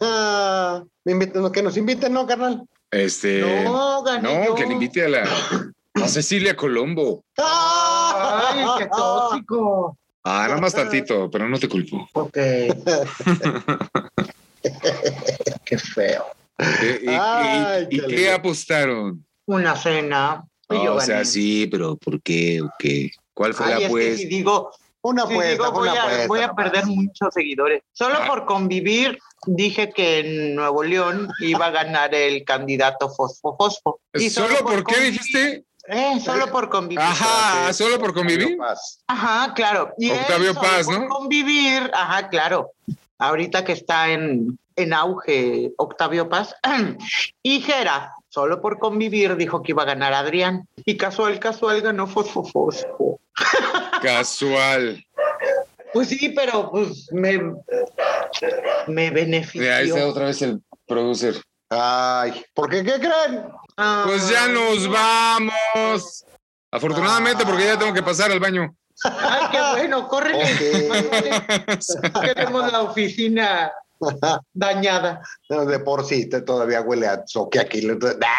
Speaker 3: ah, me invitan- que nos inviten, ¿no, carnal?
Speaker 4: Este. No,
Speaker 2: No, gané. yo.
Speaker 4: que le invite a la. A Cecilia Colombo.
Speaker 3: Ah,
Speaker 2: Ay, qué tóxico.
Speaker 4: Ah, nada más tantito, pero no te culpo.
Speaker 2: Ok. qué feo.
Speaker 4: Eh, ¿Y, y-
Speaker 3: Ay,
Speaker 4: y
Speaker 3: qué
Speaker 4: qué
Speaker 3: lindo.
Speaker 4: apostaron?
Speaker 2: Una cena. y
Speaker 4: Ah,
Speaker 2: yo
Speaker 4: o sea,
Speaker 2: gané.
Speaker 4: sí, pero ¿por qué? ¿O qué? ¿Cuál fue
Speaker 2: Ay, es
Speaker 4: la
Speaker 2: que
Speaker 4: apuesta?
Speaker 2: si digo,
Speaker 3: una
Speaker 2: si
Speaker 3: apuesta,
Speaker 2: digo,
Speaker 3: fue
Speaker 2: voy,
Speaker 3: una
Speaker 2: a,
Speaker 3: apuesta
Speaker 2: voy a
Speaker 3: nomás.
Speaker 2: perder muchos seguidores. Solo
Speaker 4: Ah.
Speaker 2: por convivir dije que en Nuevo León iba a ganar el candidato Fosfo Fosfo. Y
Speaker 4: ¿Solo, por qué
Speaker 2: convivir,
Speaker 4: dijiste?
Speaker 2: eh, solo por convivir.
Speaker 4: Ajá,
Speaker 3: que-
Speaker 4: Ah, solo por convivir.
Speaker 3: Paz.
Speaker 2: Ajá, claro. Y él
Speaker 4: Octavio
Speaker 2: solo
Speaker 4: Paz,
Speaker 2: por
Speaker 4: ¿no?
Speaker 2: Convivir, ajá, claro. Ahorita que está en, en auge Octavio Paz. Y Jera, solo por convivir, dijo que iba a ganar Adrián. Y casual, casual ganó Fosfo Fosfo.
Speaker 4: Casual.
Speaker 2: Pues sí, pero pues me, me
Speaker 4: Mira, ahí está
Speaker 2: benefició.
Speaker 4: otra vez el producer.
Speaker 3: Ay, porque qué creen?
Speaker 2: Ah,
Speaker 4: Pues ya nos vamos. Afortunadamente, porque ya tengo que pasar al baño.
Speaker 2: Ay, qué bueno, córrele.
Speaker 3: Ok.
Speaker 2: Mándale. Tenemos la oficina dañada.
Speaker 3: No, de por sí te- todavía huele a soque aquí. Entonces, ¡ah!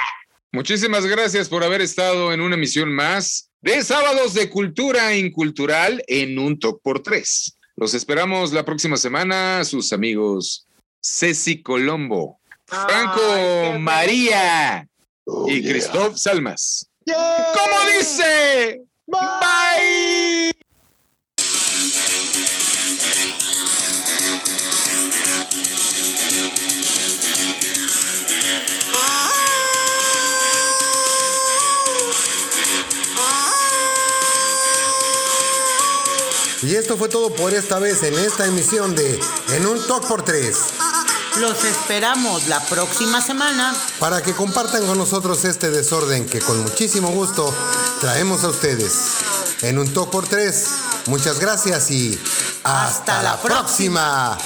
Speaker 4: Muchísimas gracias por haber estado en una emisión más de Sábados de Cultura Incultural en un Top por Tres. Los esperamos la próxima semana, sus amigos Ceci Colombo, Franco
Speaker 2: Ay, qué
Speaker 4: María
Speaker 3: Oh,
Speaker 4: y
Speaker 3: yeah.
Speaker 4: Cristóbal Salmas.
Speaker 3: Yeah.
Speaker 4: ¿Cómo dice? Bye.
Speaker 1: Y esto fue todo por esta vez en esta emisión de En un Talk por Tres.
Speaker 9: Los esperamos la próxima semana.
Speaker 1: Para que compartan con nosotros este desorden que con muchísimo gusto traemos a ustedes. En un Talk por Tres, muchas gracias y hasta, la próxima.